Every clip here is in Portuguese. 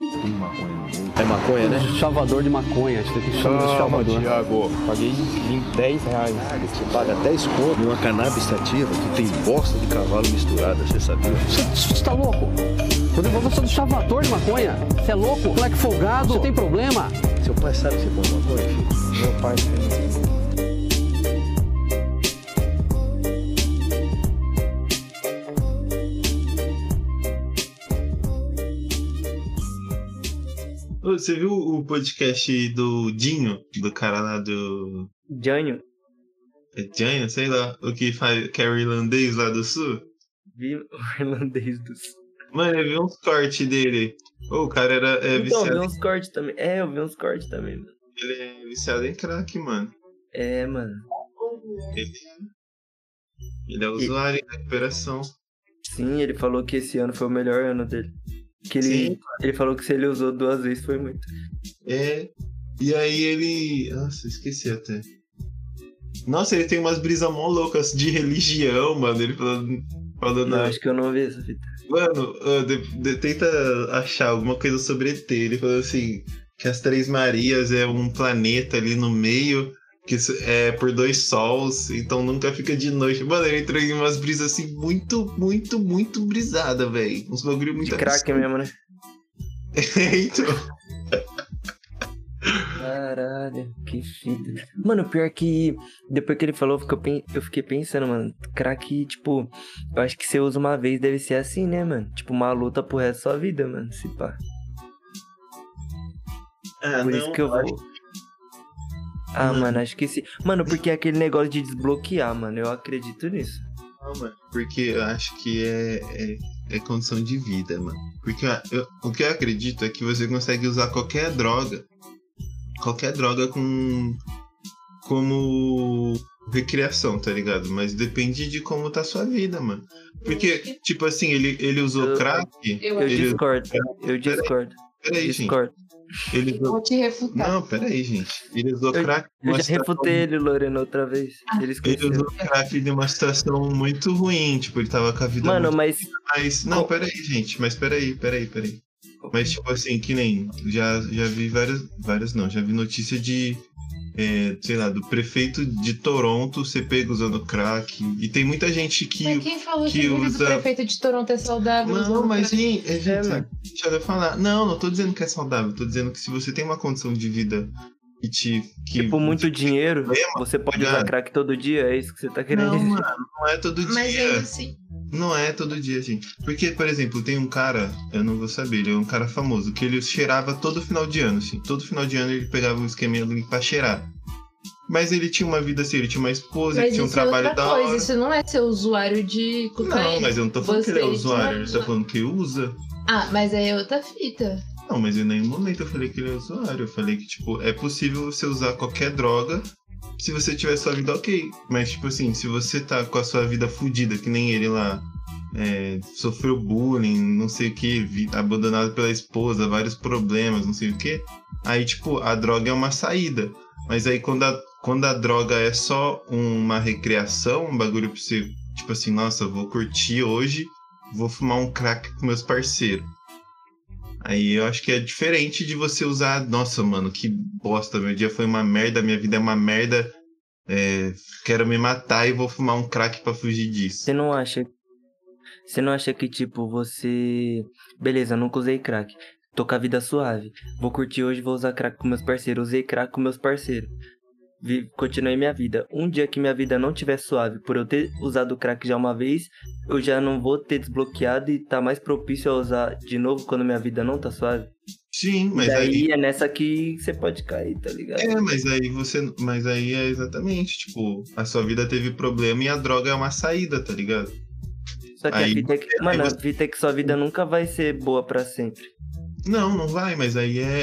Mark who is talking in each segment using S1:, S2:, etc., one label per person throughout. S1: tem maconha no bolso.
S2: É maconha, né?
S3: Chavador de maconha, a gente tem que chamar de chavador.
S1: Tiago.
S2: Paguei 20, 10 reais.
S1: Você paga 10 conto numa cannabis sativa que tem bosta de cavalo misturada, você sabia?
S3: Você tá louco? Eu devolvo sou do chavador de maconha. Você é louco? Moleque folgado, você tem problema?
S1: Seu pai sabe que você põe maconha, filho?
S2: Meu pai,
S4: Ô, Você viu o podcast do Dinho, do cara lá do.
S5: Jânio,
S4: É Dinho, sei lá, o que faz. que é o irlandês lá do sul?
S5: vi o irlandês do Sul.
S4: Mano, eu vi uns cortes dele. Ô, o cara era é,
S5: Então, eu
S4: viciado,
S5: vi uns cortes também. É, eu vi uns cortes também, mano.
S4: ele é viciado em crack, mano.
S5: É, mano.
S4: Ele é usuário em recuperação.
S5: Sim, ele falou que esse ano foi o melhor ano dele. Que ele,
S4: Sim.
S5: ele falou que se ele usou duas vezes foi muito.
S4: É. E aí ele. Nossa, esqueci até. Nossa, ele tem umas brisas mó loucas de religião, mano. Ele falando. falando
S5: Não, acho que eu não vi essa fita.
S4: Mano, ah, de- de- tenta achar alguma coisa sobre ET. Ele falou assim: que as Três Marias é um planeta ali no meio, que isso é por dois sols, então nunca fica de noite. Mano, ele entrou em umas brisas assim, muito, muito, muito brisada, velho. Uns bagulho muito
S5: De craque
S4: absurdo.
S5: mesmo, né?
S4: então,
S5: Caralho, que fita. Mano, o pior que depois que ele falou, eu fico pen- eu fiquei pensando, mano. Crack, tipo, eu acho que se eu uso uma vez deve ser assim, né, mano? Tipo, uma luta pro resto da sua vida, mano. Se pá.
S4: ah,
S5: Por
S4: não, Uhum.
S5: isso que eu vou. Ah, mano, acho que sim. Mano, porque é aquele negócio de desbloquear, mano. Eu acredito nisso.
S4: Não, Ah, mano, porque eu acho que é, é, é condição de vida, mano. Porque eu- eu- o que eu acredito é que você consegue usar qualquer droga, qualquer droga com como recreação, tá ligado? Mas depende de como tá a sua vida, mano. Porque, tipo assim, ele, ele usou
S5: Eu-
S4: crack.
S6: Eu
S5: Eu
S4: Ele-
S5: discordo. Eu discordo.
S4: É. Peraí, gente.
S5: Discordo.
S4: Ele usou...
S6: vou te refutar.
S4: Não, peraí, gente. Ele usou
S5: Eu-
S4: crack. em
S5: Eu
S4: uma
S5: já refutei ele, Lorena, outra vez. Ele
S4: Ele
S5: esqueceu.
S4: usou crack de uma situação muito ruim, tipo, ele tava com a vida
S5: Mano,
S4: muito
S5: mas
S4: Mas, não, peraí, gente, mas peraí, peraí, peraí. Mas, tipo assim, que nem. Já, já vi várias. Várias não, já vi notícia de. é, sei lá, do prefeito de Toronto ser pego usando crack. E tem muita gente
S6: Mas
S4: que.
S6: quem falou
S4: que
S6: que, o
S4: usa-
S6: usa... prefeito de Toronto é saudável?
S4: Não, mas
S6: Ele
S4: gente, é, gente,
S5: mano.
S4: deixa eu falar. Não, não tô dizendo que é saudável, tô dizendo que se você tem uma condição de vida que te. Que
S5: Tipo, muito dinheiro,
S4: problema,
S5: você pode
S4: ligado?
S5: usar crack todo dia? É isso que você tá querendo
S4: Não,
S5: dizer?
S4: mano, não é todo dia.
S6: Mas ainda assim.
S4: Não é todo dia, gente. Porque, por exemplo, tem um cara, eu não vou saber, ele é um cara famoso, que ele cheirava todo final de ano, assim. Todo final de ano ele pegava um esqueminha ali pra cheirar. Mas ele tinha uma vida assim, ele tinha uma esposa,
S6: Mas
S4: ele tinha um
S6: isso é
S4: trabalho
S6: outra
S4: da
S6: coisa.
S4: hora.
S6: Isso não é ser usuário de cocaína.
S4: Não, mas eu não tô falando que ele é
S6: Você
S4: usuário, ele tá
S6: usa.
S4: falando que usa.
S6: Ah, mas aí é outra fita.
S4: Não, mas em nenhum momento eu falei que ele é usuário. Eu falei que, tipo, é possível você usar qualquer droga se você tiver sua vida ok. Mas, tipo assim, se você tá com a sua vida fodida, que nem ele lá, é, sofreu bullying, não sei o que, vi- abandonado pela esposa, vários problemas, não sei o que. Aí, tipo, a droga é uma saída. Mas aí quando a, quando a droga é só uma recreação, um bagulho pra você, tipo assim, nossa, eu vou curtir hoje, vou fumar um crack com meus parceiros. Aí eu acho que é diferente de você usar, nossa, mano, que bosta, meu dia foi uma merda, minha vida é uma merda, é, quero me matar e vou fumar um crack pra fugir disso.
S5: Você não acha. Você não acha que, tipo, você. Beleza, nunca usei crack. Tô com a vida suave. Vou curtir hoje, vou usar crack com meus parceiros. Usei crack com meus parceiros. Vi- Continuei minha vida. Um dia que minha vida não tiver suave, por eu ter usado crack já uma vez, eu já não vou ter desbloqueado e tá mais propício a usar de novo quando minha vida não tá suave.
S4: Sim, mas
S5: Daí
S4: aí.
S5: é nessa que você pode cair, tá ligado?
S4: É, mas aí você. Mas aí é exatamente, tipo, a sua vida teve problema e a droga é uma saída, tá ligado?
S5: Só que
S4: Aí-
S5: a vida é que. Mano, a
S4: você-
S5: vida é que sua vida nunca vai ser boa pra sempre.
S4: Não, não vai, mas aí é,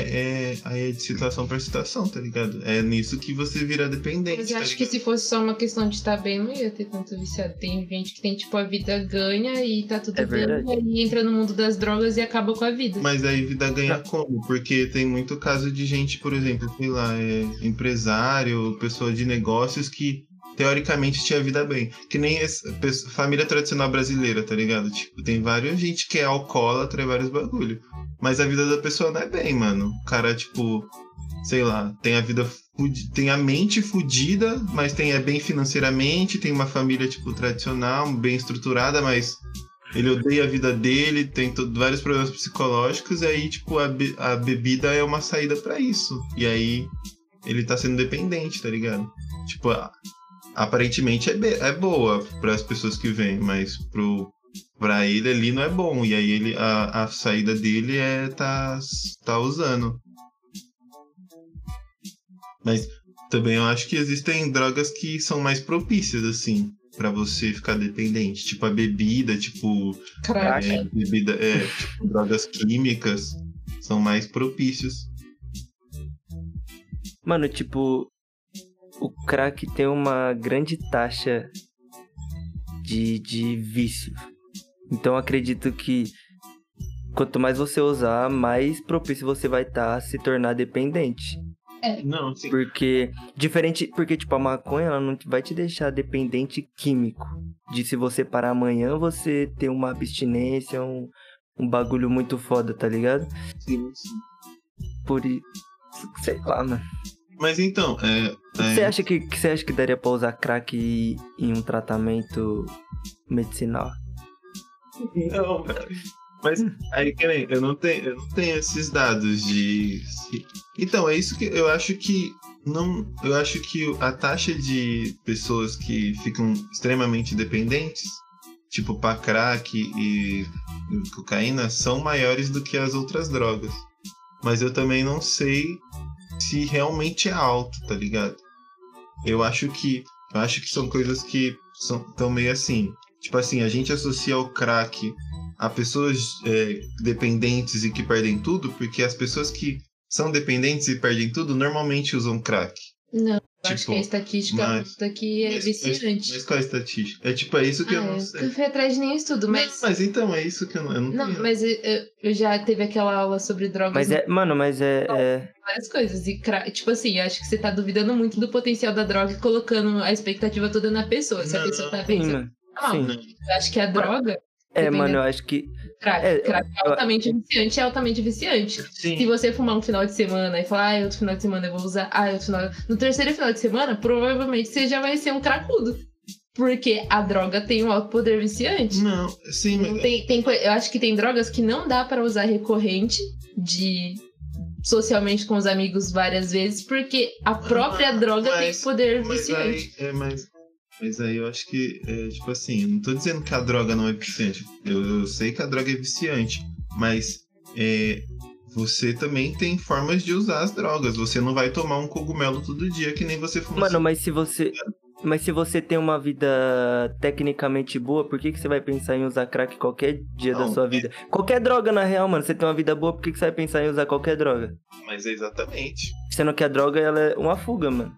S4: é- aí é de situação pra situação, tá ligado? É nisso que você vira dependente.
S6: Mas eu
S4: tá
S6: acho que
S4: ligado?
S6: se fosse só uma questão de estar bem, não ia ter tanto viciado. Tem gente que tem, tipo, a vida ganha e tá tudo
S5: É
S6: bem.
S5: verdade.
S6: E aí entra no mundo das drogas e acaba com a vida.
S4: Mas aí vida ganha como? Porque tem muito caso de gente, por exemplo, sei lá, é empresário, pessoa de negócios que teoricamente tinha vida bem. Que nem essa pesso- família tradicional brasileira, tá ligado? Tipo, tem várias gente que é alcoólatra e vários bagulho. Mas a vida da pessoa não é bem, mano. O cara, tipo, sei lá, tem a vida. fudi- Tem a mente fudida, mas tem é bem financeiramente, tem uma família, tipo, tradicional, bem estruturada, mas ele odeia a vida dele, tem to- vários problemas psicológicos, e aí, tipo, a, be- a bebida é uma saída pra isso. E aí, ele tá sendo dependente, tá ligado? Tipo, a- aparentemente é, be- é boa para as pessoas que vêm, mas pro para ele ali não é bom. E aí ele a, a saída dele é tá tá usando. Mas também eu acho que existem drogas que são mais propícias assim para você ficar dependente, tipo a bebida, tipo
S6: Crack.
S4: é, bebida, é, tipo, drogas químicas são mais propícias.
S5: Mano, tipo, o crack tem uma grande taxa de, de vício. Então acredito que quanto mais você usar, mais propício você vai estar a se tornar dependente.
S4: Não, sim.
S5: Porque diferente, porque tipo a maconha ela não vai te deixar dependente químico. De se você parar amanhã, você ter uma abstinência, um, um bagulho muito foda, tá ligado?
S4: sim, sim.
S5: Por i- sei lá, mano.
S4: Mas então, é, é,
S5: Você acha que que você acha que daria pra usar crack e- em um tratamento medicinal?
S4: Não, velho. Mas aí que nem, eu não tenho, eu não tenho esses dados de. Então, é isso que eu acho que não, eu acho que a taxa de pessoas que ficam extremamente dependentes, tipo pra crack e cocaína, são maiores do que as outras drogas. Mas eu também não sei se realmente é alto, tá ligado? Eu acho que eu acho que são coisas que são tão meio assim. Tipo assim, a gente associa o crack a pessoas é, dependentes e que perdem tudo, porque as pessoas que são dependentes e perdem tudo normalmente usam crack.
S6: Não, eu acho
S4: Tipo,
S6: que a estatística
S4: mas-
S6: aponta que é
S4: Mas- mas-
S6: viciante.
S4: Mas qual é a estatística? É tipo, é isso que eu
S6: Ah,
S4: não
S6: eu não
S4: sei.
S6: fui atrás de nenhum estudo, mas.
S4: Não, mas então, é isso que eu não, eu não,
S6: Não,
S4: tenho.
S6: mas eu, eu- eu já teve aquela aula sobre drogas
S5: Mas é, mano, mas é, é-
S6: várias coisas. E, cra- tipo assim, eu acho que você tá duvidando muito do potencial da droga e colocando a expectativa toda na pessoa. Se a
S4: Não,
S6: pessoa tá
S5: sim,
S6: pensando,
S5: mano.
S6: tá
S4: Ah,
S6: mal.
S5: Sim.
S6: Eu acho que a droga,
S5: É,
S6: Dependendo-
S5: mano, eu acho que
S6: crack,
S5: É,
S6: crack é
S5: eu-
S6: altamente viciante, é altamente viciante. Se
S4: Sim,
S6: você fumar um final de semana e falar, ah, outro final de semana eu vou usar, ah, outro final. No terceiro final de semana, provavelmente você já vai ser um cracudo. Porque a droga tem um alto poder viciante.
S4: não, sim,
S6: Não
S4: mas,
S6: tem, tem, coi- eu acho que tem drogas que não dá pra usar recorrente de socialmente com os amigos várias vezes, porque a própria
S4: Ah,
S6: droga tem
S4: mas-
S6: um poder
S4: mas
S6: viciante.
S4: aí, é, mas, mas aí eu acho que, é, tipo assim, eu não tô dizendo que a droga não é viciante. Eu, eu sei que a droga é viciante, mas é, você também tem formas de usar as drogas. Você não vai tomar um cogumelo todo dia que nem você fuma.
S5: Mano, mas se você. Mas se você tem uma vida tecnicamente boa, por que, que você vai pensar em usar crack qualquer dia da
S4: Não,
S5: sua
S4: é-
S5: vida? Qualquer droga, na real, mano. Você tem uma vida boa, por que, que você vai pensar em usar qualquer droga?
S4: Mas é exatamente.
S5: Sendo que a droga, ela é uma fuga, mano.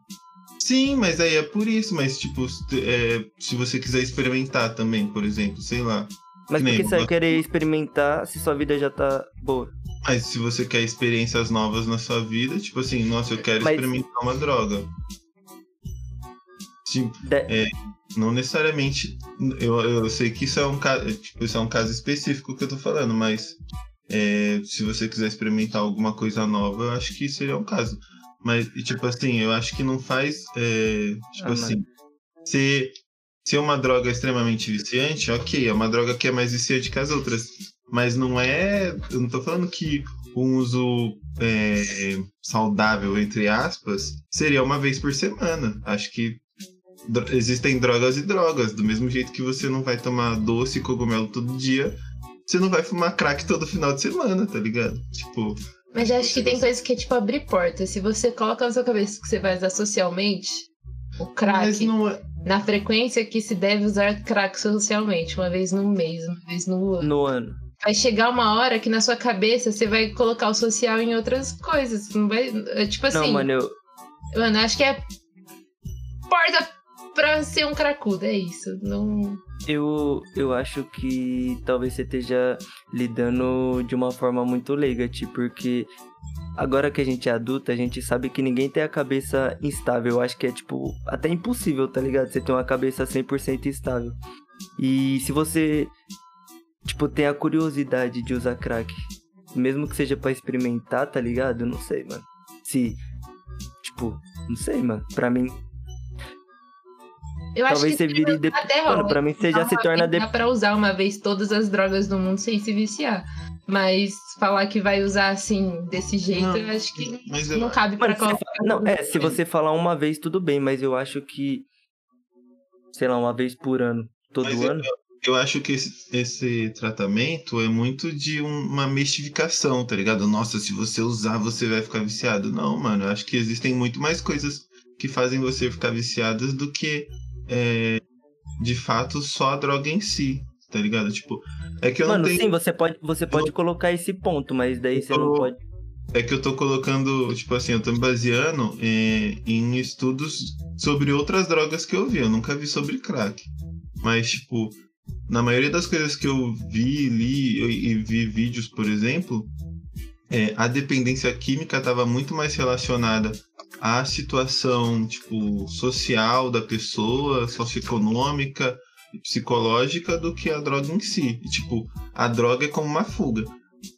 S4: Sim, mas aí é por isso. Mas, tipo, se- é, se você quiser experimentar também, por exemplo, sei lá.
S5: Mas
S4: Que
S5: por
S4: nem
S5: que você vai
S4: uma-
S5: querer experimentar se sua vida já tá boa?
S4: Mas se você quer experiências novas na sua vida, tipo assim, nossa, eu quero
S5: Mas-
S4: experimentar uma droga. Sim,
S5: De-
S4: não necessariamente. Eu, eu sei que isso é um caso. Tipo, isso é um caso específico que eu tô falando, mas é, se você quiser experimentar alguma coisa nova, eu acho que seria um caso. Mas, e, tipo assim, eu acho que não faz. é, tipo
S5: Ah,
S4: assim. Se, se é uma droga extremamente viciante, ok, é uma droga que é mais viciante que as outras. Mas não é. Eu não tô falando que um uso é, saudável, entre aspas, seria uma vez por semana. Acho que dro- existem drogas e drogas. Do mesmo jeito que você não vai tomar doce e cogumelo todo dia, você não vai fumar crack todo final de semana, tá ligado? Tipo,
S6: Mas eu acho que tem coisa que é tipo abrir porta. Se você coloca na sua cabeça que você vai usar socialmente, o
S4: mas
S6: crack,
S4: não é.
S6: na frequência que se deve usar crack socialmente, uma vez no mês, uma vez no ano.
S5: No ano.
S6: Vai chegar uma hora que na sua cabeça você vai colocar o social em outras coisas. Não vai. é Tipo assim.
S5: Não, mano, eu.
S6: Mano, acho que é porta pra ser um cracudo, é isso. Não.
S5: Eu, eu acho que talvez você esteja lidando de uma forma muito leiga, Ti, porque agora que a gente é adulta, a gente sabe que ninguém tem a cabeça instável. Eu acho que é, tipo, até impossível, tá ligado? Você ter uma cabeça 100% estável. E se você, tipo, tem a curiosidade de usar crack, mesmo que seja pra experimentar, tá ligado? Não sei, mano. Se, tipo, não sei, mano. Pra mim,
S6: Eu acho
S5: talvez
S6: que
S5: você vire depois.
S6: até rola.
S5: Mano, pra mim você já se
S6: Uma
S5: torna
S6: vez Dá
S5: depois.
S6: pra usar uma vez todas as drogas do mundo sem se viciar. Mas falar que vai usar assim, desse jeito,
S4: Não,
S6: eu acho que
S4: Mas eu
S6: não cabe pra
S5: Mano, se
S6: qualquer. um.
S5: você fa- Não, é, se você falar uma vez, tudo bem, mas eu acho que. Sei lá, uma vez por ano. Todo
S4: Mas eu-
S5: ano.
S4: Eu acho que esse, esse tratamento é muito de um- uma mistificação, tá ligado? Nossa, se você usar, você vai ficar viciado. Não, mano, eu acho que existem muito mais coisas que fazem você ficar viciado do que, é, de fato, só a droga em si, tá ligado? Tipo, é que eu
S5: Mano,
S4: não tenho.
S5: sim, você pode, você pode colocar esse ponto, mas daí você não
S4: Eu-
S5: pode.
S4: É que eu tô colocando, tipo assim, eu tô me baseando é, em estudos sobre outras drogas que eu vi. Eu nunca vi sobre crack. Mas, tipo, na maioria das coisas que eu vi, li eu- e vi vídeos, por exemplo, é, a dependência química tava muito mais relacionada à situação, tipo, social da pessoa, socioeconômica e psicológica do que a droga em si. E, tipo, a droga é como uma fuga.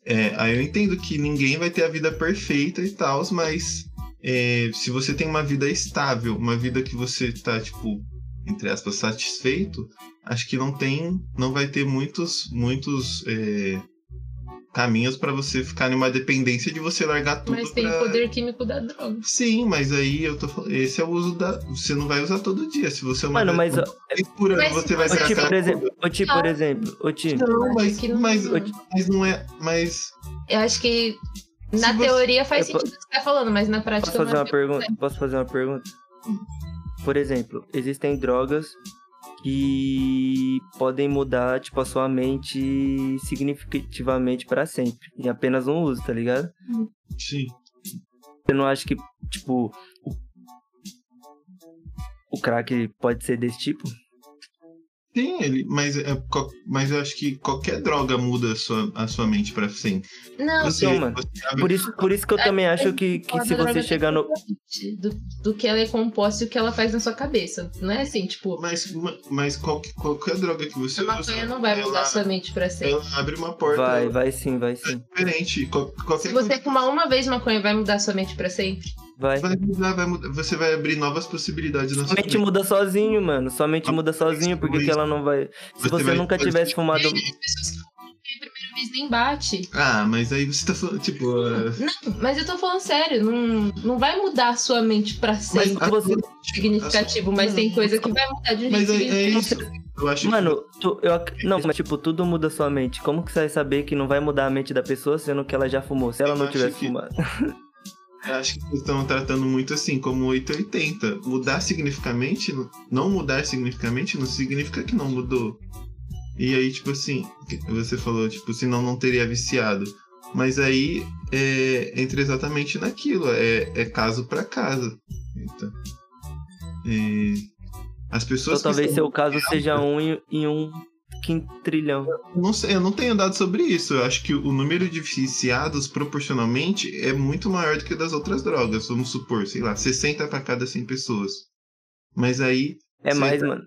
S4: É, aí eu entendo que ninguém vai ter a vida perfeita e tal, mas é, se você tem uma vida estável, uma vida que você tá, tipo, entre aspas, satisfeito, acho que não tem, não vai ter muitos, muitos é, caminhos pra você ficar numa dependência de você largar tudo.
S6: Mas tem
S4: pra-
S6: o poder químico da droga.
S4: Sim, mas aí eu tô falando, esse é o uso da. Você não vai usar todo dia. Se você é uma
S5: Mano,
S4: vez-
S5: mas. ó,
S4: uma vez por ano,
S6: Mas se
S4: você vai
S6: você-
S4: ser
S5: Ô, Ti, por
S4: aquela-
S5: exemplo. Ô, Ti, por exemplo. Ô, Ti.
S4: Não, mas,
S6: Acho que não-
S4: mas, mas não é. Mas
S6: Eu acho que
S4: Se
S6: na
S4: você-
S6: teoria faz
S5: Eu po-
S6: sentido o que você tá falando, mas na prática
S5: Posso fazer
S6: não Hum. é
S5: uma pergunta? Posso fazer uma pergunta? Por exemplo, existem drogas que podem mudar, tipo, a sua mente significativamente pra sempre. E apenas um uso, tá ligado?
S4: sim.
S5: Você não acha que, tipo, o- o crack pode ser desse tipo?
S4: Sim, ele, mas, é, co- mas eu acho que qualquer droga muda a sua, a sua mente pra sempre.
S6: Não,
S4: Você,
S5: então, mano,
S4: você abre-
S5: Por isso, por isso que eu também acho que, que
S6: Falar
S5: se
S6: da droga
S5: você chegar no.
S6: dependente Do, do que ela é composta e o que ela faz na sua cabeça. Não é assim, tipo,
S4: Mas, ma- mas qual- qualquer droga que você
S6: a
S4: usa,
S6: maconha não vai mudar
S4: ela,
S6: sua mente pra sempre.
S4: ela abre uma porta
S5: Vai, vai sim, vai sim.
S4: diferente. Qual-
S6: Se
S4: Qualquer
S6: você fumar uma vez maconha, vai mudar sua mente pra sempre?
S5: Vai.
S4: coisa vai mudar, vai mudar. Você vai abrir novas possibilidades na
S5: Sua
S4: sua
S5: mente muda sozinho, mano. Sua mente muda sozinho, porque que ela não vai. Se
S4: Você
S5: você
S4: vai-
S5: nunca tivesse fumado.
S6: E aí, as pessoas que fumam maconha a primeira vez nem bate.
S4: Ah, mas aí você tá falando, tipo. ah,
S6: Mas eu tô falando sério, não, não vai mudar a sua mente pra
S4: mas
S6: sempre
S5: que você-
S4: a-
S6: significativo, mas tem coisa que vai mudar de um
S4: Mas
S6: jeito.
S4: é,
S6: que-
S4: é isso. Eu acho
S5: Mano, tu- eu, ac- não, mas tipo, tudo muda sua mente. Como que você vai saber que não vai mudar a mente da pessoa, sendo que ela já fumou? Se ela
S4: Eu
S5: não
S4: acho
S5: tivesse
S4: que-
S5: fumado.
S4: que, acho que vocês estão tratando muito assim, como 880. Mudar significamente, não mudar significamente não significa que não mudou. E aí, tipo assim, que- você falou, tipo, senão não teria viciado. Mas aí é, entra exatamente naquilo, é, é caso pra caso. Então, é, as pessoas.
S5: Então
S4: que
S5: talvez
S4: estão-
S5: seu caso seja um em, em um quintrilhão.
S4: Não sei, eu não tenho dado sobre isso. Eu acho que o número de viciados proporcionalmente é muito maior do que o das outras drogas. Vamos supor, sei lá, 60 para cada 100 pessoas. Mas aí,
S5: É
S4: Sim,
S5: mais,
S4: tá.
S5: mano.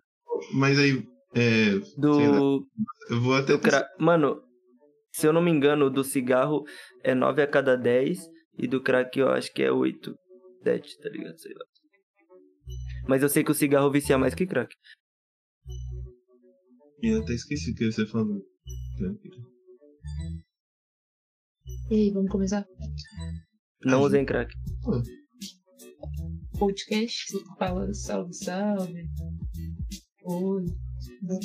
S4: mas aí, é,
S5: Do.
S4: eu vou até
S5: do cra- Mano, se eu não me engano, do cigarro é 9 a cada 10. E do crack eu acho que é 8, 7, tá ligado? Sei lá. Mas eu sei que o cigarro vicia mais que crack.
S4: eu até esqueci o que você falou. é-
S6: E aí, vamos começar
S5: Não
S4: Ah,
S5: usem crack.
S6: o podcast falando salve, salve. Oi.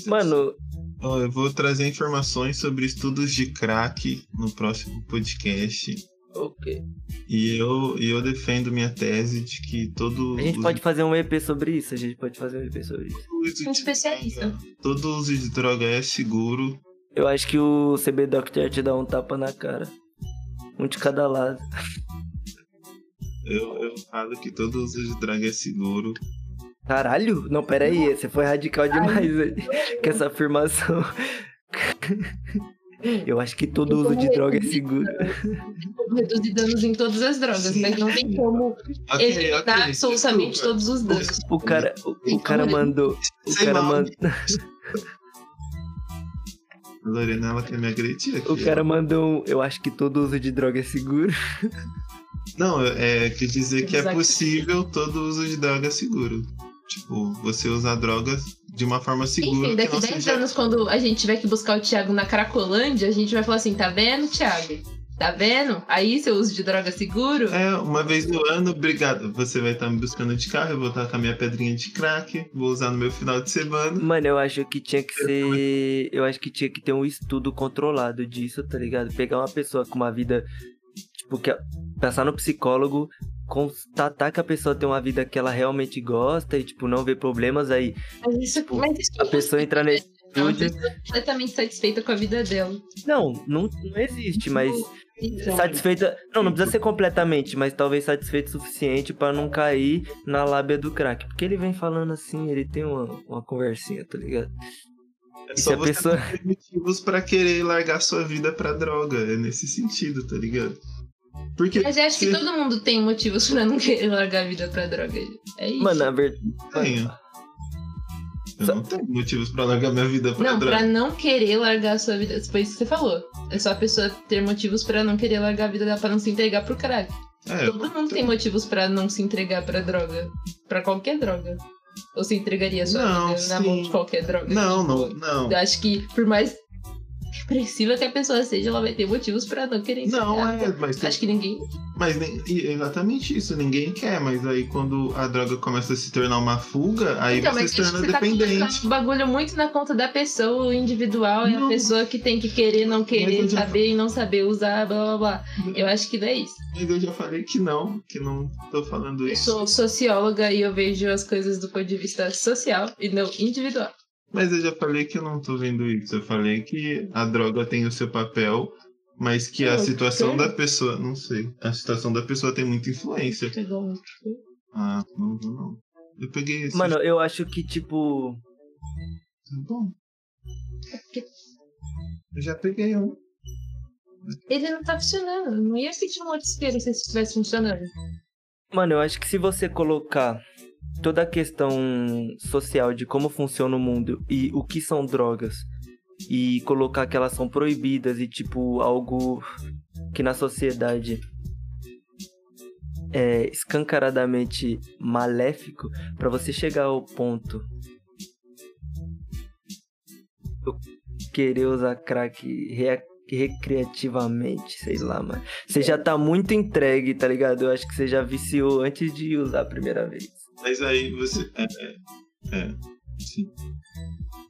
S5: Mano,
S4: Ó, eu vou trazer informações sobre estudos de crack no próximo podcast.
S5: ok.
S4: E eu, e eu defendo minha tese de que todo
S5: A gente
S4: uso-
S5: pode fazer um EP sobre isso, a gente pode fazer um EP sobre isso.
S4: todo uso de
S6: Um especialista.
S4: droga- Todo uso de droga é seguro.
S5: Eu acho que o CB Doctor te dá um tapa na cara. Um de cada lado.
S4: Eu, eu falo que todo uso de droga é seguro.
S5: Caralho, não, pera aí, você foi radical demais hein, com essa afirmação. Eu acho que todo uso de droga é seguro.
S6: Reduzir danos em todas as drogas,
S4: Sim.
S6: mas não tem como
S4: Ok,
S6: eliminar
S4: ok,
S6: tá absolutamente
S4: desculpa.
S6: todos os danos.
S5: O cara, o, o cara mandou, o
S4: Sei
S5: cara
S4: mal.
S5: mandou,
S4: A Lorena, ela quer me agredir aqui.
S5: o cara mandou, um, eu acho que todo uso de droga é seguro.
S4: Não, é, quer dizer que é
S6: Desacredito.
S4: possível todo uso de droga seguro. Tipo, você usar drogas de uma forma segura.
S6: Enfim,
S4: que
S6: daqui
S4: não
S6: 10
S4: seja...
S6: anos, quando a gente tiver que buscar o Thiago na Cracolândia, a gente vai falar assim: tá vendo, Thiago? Tá vendo? Aí seu uso de droga seguro.
S4: É, uma vez no ano, obrigado. Você vai estar me buscando de carro, eu vou estar com a minha pedrinha de crack, vou usar no meu final de semana.
S5: Mano, eu acho que tinha que ser. Eu acho que tinha que ter um estudo controlado disso, tá ligado? Pegar uma pessoa com uma vida. Tipo, que a- passar no psicólogo, constatar que a pessoa tem uma vida que ela realmente gosta e, tipo, não vê problemas aí.
S6: Mas isso, é
S4: tipo,
S6: mas isso
S5: A pessoa entrar nesse.
S6: né? Ela é completamente satisfeita com a vida dela. Então.
S5: Não, não, não existe, mas
S6: Exato.
S5: satisfeita. Não, não precisa ser completamente, mas talvez satisfeito o suficiente pra não cair na lábia do crack. Porque ele vem falando assim, ele tem uma, uma conversinha, tá ligado?
S4: É
S5: E
S4: só
S5: se a
S4: você
S5: pessoa.
S4: ter motivos pra querer largar sua vida pra droga. É nesse sentido, tá ligado? Porque
S6: Mas eu acho que
S4: se-
S6: todo mundo tem motivos pra não querer largar a vida pra droga. É isso.
S5: Mano, a verdade.
S4: tenho. Eu
S5: Só-
S4: não tenho motivos pra largar minha vida pra
S6: não,
S4: droga.
S6: pra não querer largar a sua vida. Foi isso que você falou. É só a pessoa ter motivos pra não querer largar a vida dela, pra não se entregar pro caralho.
S4: É,
S6: Todo mundo tem motivos pra não se entregar pra droga. Pra qualquer droga. Ou se entregaria a sua
S4: Não,
S6: vida na mão
S4: sim.
S6: de qualquer droga.
S4: Não, não,
S6: Tipo,
S4: não.
S6: Eu acho que, por mais depressiva que a pessoa seja, ela vai ter motivos pra não querer
S4: Não,
S6: entregar.
S4: é, mas, tem-
S6: tá? Acho que ninguém.
S4: mas nem, e- exatamente isso, ninguém quer, mas aí quando a droga começa a se tornar uma fuga, aí
S6: Então,
S4: você
S6: mas
S4: se
S6: acho que
S4: torna
S6: você tá
S4: dependente.
S6: colocando o bagulho muito na conta da pessoa, o individual, é a
S4: Não. é
S6: pessoa que tem que querer, não
S4: eu
S6: querer,
S4: já-
S6: saber e não saber usar, blá blá blá. Eu acho que não é isso.
S4: Mas eu já falei que não, que não tô falando
S6: Eu
S4: isso.
S6: sou socióloga e eu vejo as coisas do ponto de vista social e não individual.
S4: Mas eu já falei que eu não tô vendo isso. Eu falei que a droga tem o seu papel, mas que a
S6: Não,
S4: situação
S6: quê?
S4: da pessoa, não sei, a situação da pessoa tem muita influência.
S6: Pegou um.
S4: Ah, não, não, não. Eu peguei esse.
S5: Mano, eu acho que, tipo.
S4: tá bom. Eu já peguei um.
S6: Ele não tá funcionando. Eu Não ia sentir um outro espelho se estivesse funcionando.
S5: Mano, eu acho que se você colocar toda a questão social de como funciona o mundo e o que são drogas e colocar que elas são proibidas e tipo algo que na sociedade é escancaradamente maléfico pra você chegar ao ponto eu querer usar crack rea- recreativamente, sei lá, mano. Você já tá muito entregue, tá ligado? Eu acho que você já viciou antes de usar a primeira vez.
S4: Mas aí você. É. é, é, sim.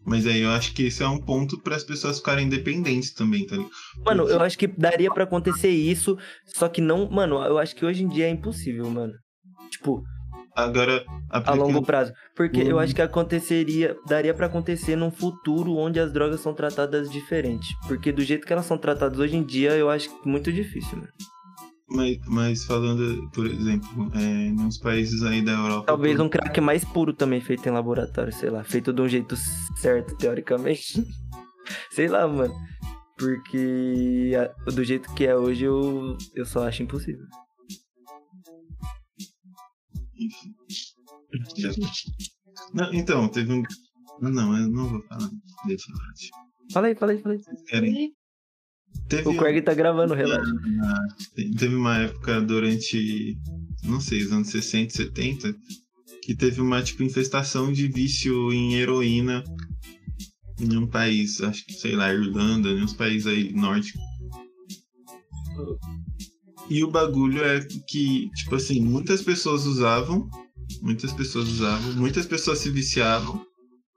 S4: Mas aí eu acho que esse é um ponto para as pessoas ficarem dependentes também, tá ligado?
S5: Mano, eu acho que daria pra acontecer isso, só que não, mano, eu acho que hoje em dia é impossível, mano. Tipo,
S4: Agora,
S5: a
S4: aplicando
S5: longo prazo, porque eu
S4: Uhum.
S5: acho que aconteceria, daria pra acontecer num futuro onde as drogas são tratadas diferente, porque do jeito que elas são tratadas hoje em dia, eu acho muito difícil, mano.
S4: Mas, mas falando, por exemplo, é, nos países aí da Europa.
S5: Talvez um crack mais puro também feito em laboratório, sei lá, feito de um jeito certo teoricamente. sei lá, mano. Porque a- do jeito que é hoje eu, eu só acho impossível.
S4: Enfim. Já- Não, então, teve um. Ah, Não, eu não vou falar. Deixa eu falar. tipo,
S5: Fala aí, fala aí, fala aí.
S4: vocês querem. Teve,
S5: O Craig tá gravando, relaxa.
S4: um- teve uma época durante, não sei, os anos 60, 70, que teve uma tipo, infestação de vício em heroína em um país, acho que, sei lá, Irlanda, em uns países aí nórdicos. E o bagulho é que, tipo assim, muitas pessoas usavam, muitas pessoas usavam, muitas pessoas se viciavam,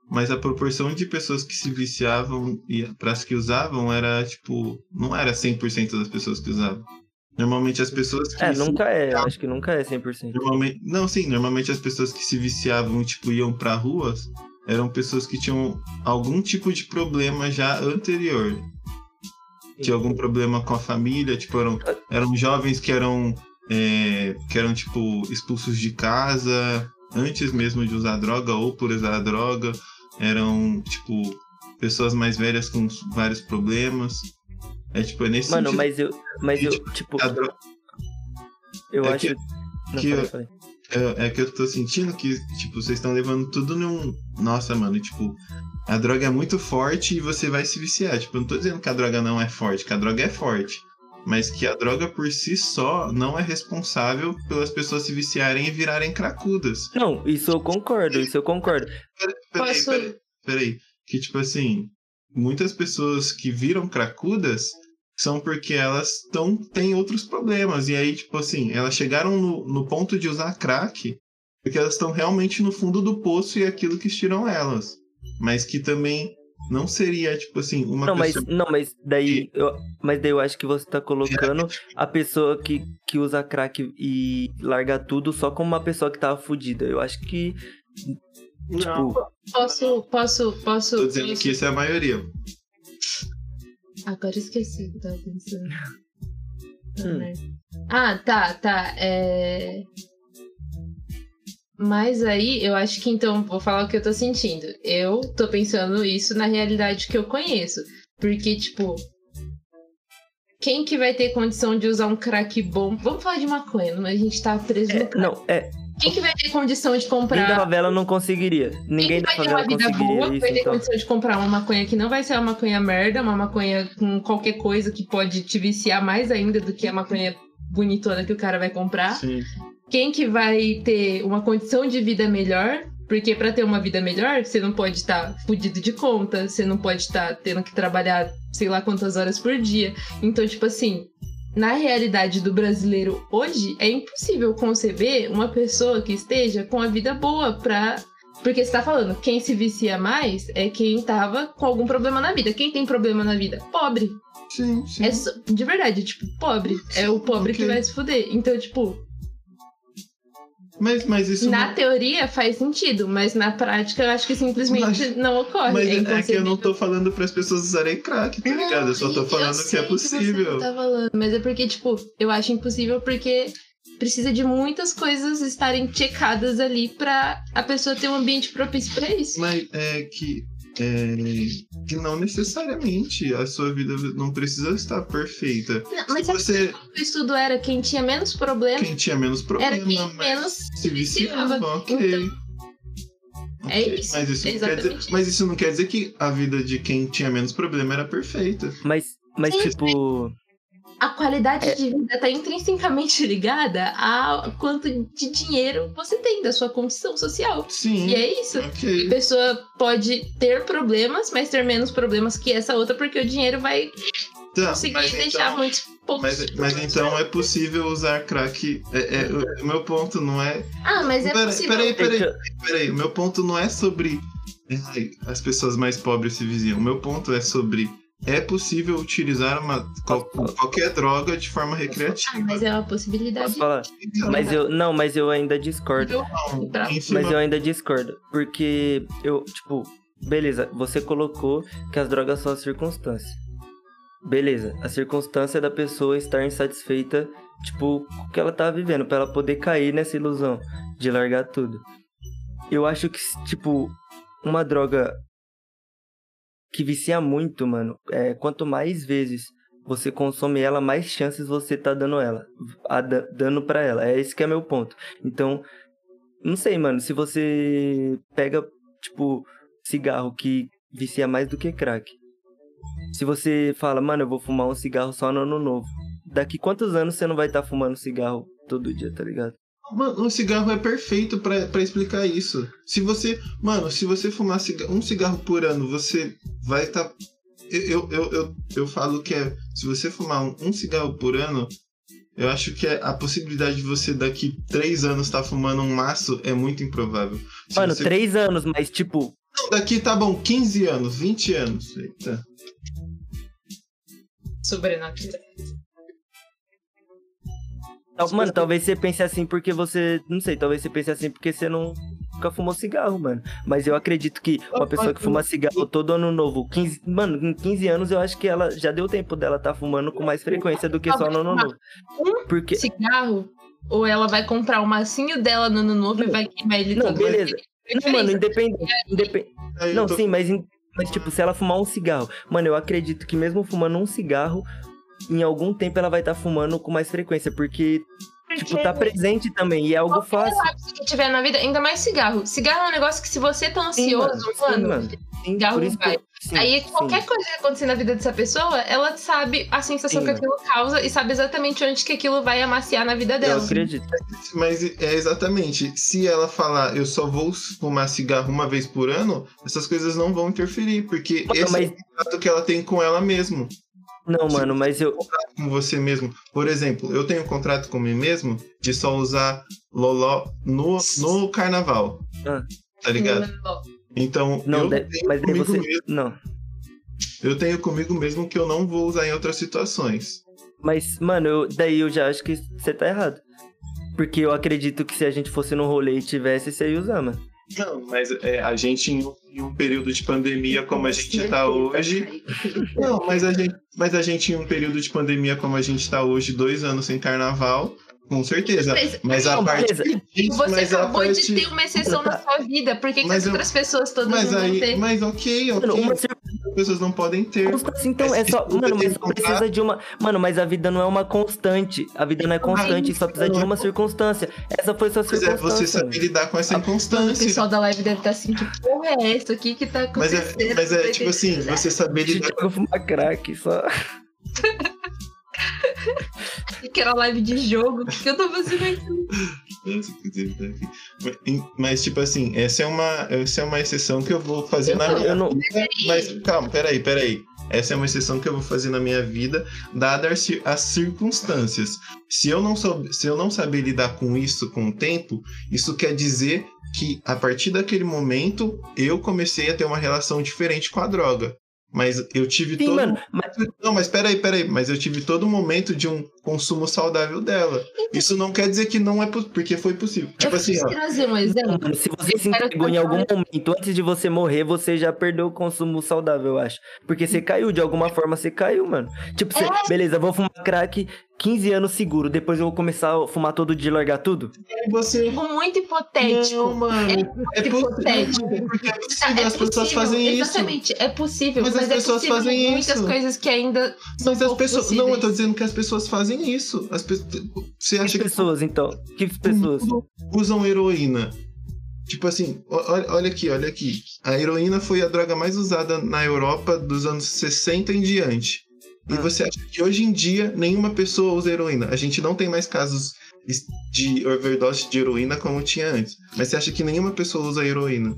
S4: mas a proporção de pessoas que se viciavam e para as que usavam era, tipo, não era 100% das pessoas que usavam. Normalmente as pessoas que
S5: É,
S4: se- tá.
S5: nunca é, eu acho que nunca é 100%.
S4: Normalmente, não, sim, normalmente as pessoas que se viciavam, tipo, iam pra ruas, eram pessoas que tinham algum tipo de problema já anterior. Tinha algum problema com a família, tipo, eram, eram jovens que eram, é, que eram, tipo, expulsos de casa, antes mesmo de usar droga ou por usar droga, eram, tipo, pessoas mais velhas com vários problemas. É tipo, é nesse
S5: Mano,
S4: sentido
S5: mas eu. Mas eu, tipo,
S4: que a droga-
S5: eu
S4: é
S5: acho.
S4: que-
S5: Não,
S4: que-
S5: falei, falei.
S4: é, é que eu tô sentindo que, tipo, vocês estão levando tudo num. Nossa, mano, tipo, a droga é muito forte e você vai se viciar. Tipo, eu não tô dizendo que a droga não é forte, que a droga é forte. Mas que a droga por si só não é responsável pelas pessoas se viciarem e virarem cracudas.
S5: Não, isso eu concordo, isso eu concordo.
S4: Peraí,
S6: Posso-
S4: peraí, peraí. Que tipo assim, muitas pessoas que viram cracudas são porque elas tão, têm outros problemas. E aí, tipo assim, elas chegaram no, no ponto de usar crack porque elas estão realmente no fundo do poço e é aquilo que tiram elas. Mas que também não seria, tipo assim, uma
S5: Não, mas,
S4: pessoa.
S5: não, mas daí. Eu, mas daí eu acho que você tá colocando
S4: é tipo
S5: a pessoa que, que usa crack e larga tudo só como uma pessoa que tava fudida. Eu acho que. Tipo,
S6: Posso, posso, posso.
S4: Tô dizendo que isso é a maioria.
S6: Agora eu esqueci o que eu tava pensando. Ah,
S5: Hum.
S6: merda. Ah, tá, tá. É... Mas aí eu acho que então vou falar o que eu tô sentindo. Eu tô pensando isso na realidade que eu conheço. Porque, tipo, quem que vai ter condição de usar um crack bom? Vamos falar de maconha, mas a gente tá preso no crack.
S5: não, é.
S6: Quem que vai ter condição de comprar?
S5: Ninguém da favela não conseguiria. Ninguém
S6: Quem
S5: da
S6: vai ter uma
S5: favela
S6: vida boa,
S5: conseguiria isso,
S6: vai ter
S5: então.
S6: condição de comprar uma maconha que não vai ser uma maconha merda, uma maconha com qualquer coisa que pode te viciar mais ainda do que a maconha bonitona que o cara vai comprar.
S4: Sim.
S6: Quem que vai ter uma condição de vida melhor? Porque pra ter uma vida melhor, você não pode estar fudido de conta, você não pode estar tendo que trabalhar sei lá quantas horas por dia. Então, tipo assim, na realidade do brasileiro hoje, é impossível conceber uma pessoa que esteja com a vida boa pra. Porque você tá falando, quem se vicia mais é quem tava com algum problema na vida. Quem tem problema na vida? Pobre.
S4: Sim, sim.
S6: É só- de verdade, tipo, pobre. É o pobre
S4: Ok.
S6: que vai se fuder. Então, tipo,
S4: Mas, mas isso.
S6: na
S4: não-
S6: teoria faz sentido, mas na prática eu acho que simplesmente
S4: Mas-
S6: não ocorre.
S4: Mas é,
S6: é,
S4: que eu não
S6: inconcebível.
S4: tô falando para as pessoas usarem crack, tá ligado? Eu só tô
S6: Não,
S4: falando
S6: eu
S4: que é
S6: sei você
S4: possível.
S6: não tá falando, mas é porque, tipo, eu acho impossível porque precisa de muitas coisas estarem checadas ali pra a pessoa ter um ambiente propício pra isso.
S4: Mas é que, é que não necessariamente a sua vida não precisa estar perfeita.
S6: Não,
S4: Se
S6: mas sabe
S4: você
S6: que o estudo era quem tinha menos problema,
S4: quem tinha menos problema,
S6: era quem
S4: mas
S6: menos
S4: se viciava,
S6: viciava.
S4: ok.
S6: Então, é
S4: Ok,
S6: isso,
S4: Mas isso, não quer
S6: exatamente
S4: dizer, mas isso não quer dizer que a vida de quem tinha menos problema era perfeita.
S5: Mas, mas
S6: Sim,
S5: tipo.
S6: a
S5: É.
S6: qualidade de vida tá intrinsecamente ligada ao quanto de dinheiro você tem da sua condição social.
S4: Sim.
S6: E é isso. A
S4: Ok.
S6: pessoa pode ter problemas, mas ter menos problemas que essa outra, porque o dinheiro vai
S4: Tá,
S6: conseguir
S4: mas
S6: deixar
S4: então,
S6: muitos poucos.
S4: mas, mas então é possível usar crack. É, é, o meu ponto não é
S6: Ah, mas é
S4: Pera-
S6: possível.
S4: peraí, peraí,
S5: deixa-
S4: peraí. Meu ponto não é sobre ai, as pessoas mais pobres se vizinham. Meu ponto é sobre é possível utilizar uma, qual- qualquer droga de forma
S6: Ah,
S4: recreativa.
S6: mas é uma possibilidade.
S5: Posso falar?
S4: Então,
S5: Mas eu. Não, mas eu ainda discordo.
S4: não,
S6: Tá.
S4: em cima-
S5: Mas eu ainda discordo. Porque eu, tipo, beleza, você colocou que as drogas são a circunstância. Beleza, a circunstância da pessoa estar insatisfeita, tipo, com o que ela tá vivendo, pra ela poder cair nessa ilusão de largar tudo. Eu acho que, tipo, uma droga que vicia muito, mano, é, quanto mais vezes você consome ela, mais chances você tá dando ela, a da- dando pra ela. É esse que é meu ponto. Então, não sei, mano, se você pega, tipo, cigarro que vicia mais do que crack. Se você fala, mano, eu vou fumar um cigarro só no ano novo. Daqui quantos anos você não vai estar fumando cigarro todo dia, tá ligado?
S4: Mano, um cigarro é perfeito pra pra explicar isso. Se você. Mano, se você fumar ciga- um cigarro por ano, você vai estar. Tá... Eu, eu, eu, eu, eu falo que é. Se você fumar um, um cigarro por ano, eu acho que é a possibilidade de você daqui três anos estar fumando um maço é muito improvável. Se
S5: Mano,
S4: você-
S5: três anos, mas tipo,
S4: Não, daqui tá bom, 15 anos, 20 anos. Eita.
S6: Sobrenatural.
S5: tal- mano, talvez você pense assim porque você. Não sei, talvez você pense assim porque você não. Nunca fumou cigarro, mano. Mas eu acredito que uma pessoa que fuma cigarro todo ano novo, 15, mano, em 15 anos eu acho que ela já deu tempo dela tá fumando com mais frequência do que só no ano novo. Porque,
S6: Cigarro Ou ela vai comprar assim, o massinho dela no ano novo e
S5: Não.
S6: vai queimar ele
S5: Não,
S6: todo. É
S5: beleza. Não, mano, independente. independente.
S4: Aí eu
S5: Não,
S4: tô-
S5: sim, mas, in- mas tipo, se ela fumar um cigarro, mano, eu acredito que mesmo fumando um cigarro, em algum tempo ela vai estar fumando com mais frequência, porque, tipo, tá presente também, e é algo fácil.
S6: Se que tiver na vida, ainda mais cigarro. Cigarro é um negócio que se você tá
S5: Sim,
S6: ansioso,
S5: Sim,
S6: mano,
S5: mano. Sim,
S6: cigarro
S5: por isso que eu-
S6: vai.
S5: sim,
S6: aí é
S5: sim.
S6: qualquer coisa que acontecer na vida dessa pessoa, ela sabe a sensação
S5: Sim,
S6: que
S5: mano.
S6: aquilo causa e sabe exatamente onde que aquilo vai amaciar na vida
S5: Eu
S6: dela.
S5: acredito.
S4: Mas é exatamente, se ela falar eu só vou fumar cigarro uma vez por ano, essas coisas não vão interferir, porque
S5: Mano,
S4: esse é
S5: mas-
S4: o contrato que ela tem com ela mesmo,
S5: Não,
S4: Sim.
S5: mano, mas eu.
S4: com você mesmo. Por exemplo, eu tenho um contrato com mim mesmo de só usar loló no, no carnaval.
S5: Ah.
S4: Tá ligado? Então,
S5: Não,
S4: eu,
S5: de-
S4: tenho
S5: mas daí
S4: comigo
S5: você.
S4: mesmo,
S5: Não.
S4: eu tenho comigo mesmo que eu não vou usar em outras situações.
S5: Mas, mano, eu- daí eu já acho que você tá errado. Porque eu acredito que se a gente fosse no rolê e tivesse, você ia usar, mano.
S4: Não, mas é, a gente em um, em um período de pandemia como a gente tá hoje, Não, mas a gente, mas a gente em um período de pandemia como a gente tá hoje, dois anos sem carnaval, com certeza.
S6: Mas- Tipo,
S4: Mas a
S5: Não,
S4: parte
S5: beleza.
S4: disso,
S6: Você
S4: mas a
S6: acabou de
S4: parte-
S6: ter um uma exceção na sua vida. Por que, que
S4: Mas
S6: as
S4: eu-
S6: outras pessoas todas
S4: mas
S6: não vão
S4: aí,
S6: ter?
S4: mas ok, ok,
S5: Mano, uma cerveja
S4: as pessoas não podem ter.
S5: constante, então, é
S4: Mas
S5: só.
S4: isso
S5: Mano,
S4: tem
S5: mas
S4: que
S5: só
S4: contar.
S5: precisa de uma. Mano, mas a vida não é uma constante. A vida não é constante, só precisa de uma circunstância. Essa foi sua
S4: Mas é você
S5: circunstância.
S4: saber
S5: mano.
S4: lidar com essa
S6: O
S4: inconstância.
S6: pessoal da live deve estar assim, que porra é essa? O que que tá
S4: assim, Mas
S6: acontecendo?
S4: é, mas é tipo assim, você saber
S5: Deixa
S4: lidar
S5: o Thiago fumar crack, só.
S4: assim,
S6: Que era live de jogo, o que, que eu tô fazendo aqui?
S4: Então, Mas, tipo assim, essa é uma, essa é uma exceção que eu vou fazer na
S5: Eu
S4: minha
S5: não.
S4: vida. Mas, calma, peraí, peraí. Essa é uma exceção que eu vou fazer na minha vida, dadas as cir- as circunstâncias. Se eu, não sou, se eu não saber lidar com isso com o tempo, isso quer dizer que a partir daquele momento eu comecei a ter uma relação diferente com a droga. Mas eu tive
S5: Sim,
S4: todo.
S5: mano. Mas,
S4: Não, mas peraí, peraí. Mas eu tive todo momento de um consumo saudável dela. Isso não quer dizer que não é po- porque foi possível. Tipo
S6: eu
S4: assim,
S6: quis
S4: ó.
S6: trazer um exemplo.
S5: mano, se você
S6: Eu
S5: se
S6: quero
S5: entregou em
S6: cantar.
S5: algum momento antes de você morrer, você já perdeu o consumo saudável, eu acho. Porque você caiu, de alguma forma você caiu, mano. Tipo, você, beleza, eu vou fumar crack 15 anos seguro, depois eu vou começar a fumar todo dia e largar tudo?
S4: E você.
S6: Algo muito
S4: Não,
S6: hipotético.
S4: mano. É,
S6: hipotético.
S4: possível. Porque é
S6: Tá,
S4: possível,
S6: é
S4: as pessoas
S6: possível,
S4: fazem isso.
S6: Exatamente, é possível.
S4: Mas
S6: Mas,
S4: as
S6: é
S4: pessoas
S6: possível
S4: fazem
S6: muitas
S4: isso.
S6: coisas que ainda.
S4: Mas as
S6: Ou
S4: pessoas.
S6: possíveis.
S4: Não, eu tô dizendo que as pessoas fazem isso. As pe- Você acha
S5: Que
S4: que
S5: pessoas, então? Que pessoas?
S4: usam heroína? Tipo assim, o- olha, olha aqui, olha aqui. A heroína foi a droga mais usada na Europa dos anos 60 em diante. E
S5: Ah.
S4: você acha que hoje em dia nenhuma pessoa usa heroína? A gente não tem mais casos es- de overdose de heroína como tinha antes. Mas você acha que nenhuma pessoa usa heroína?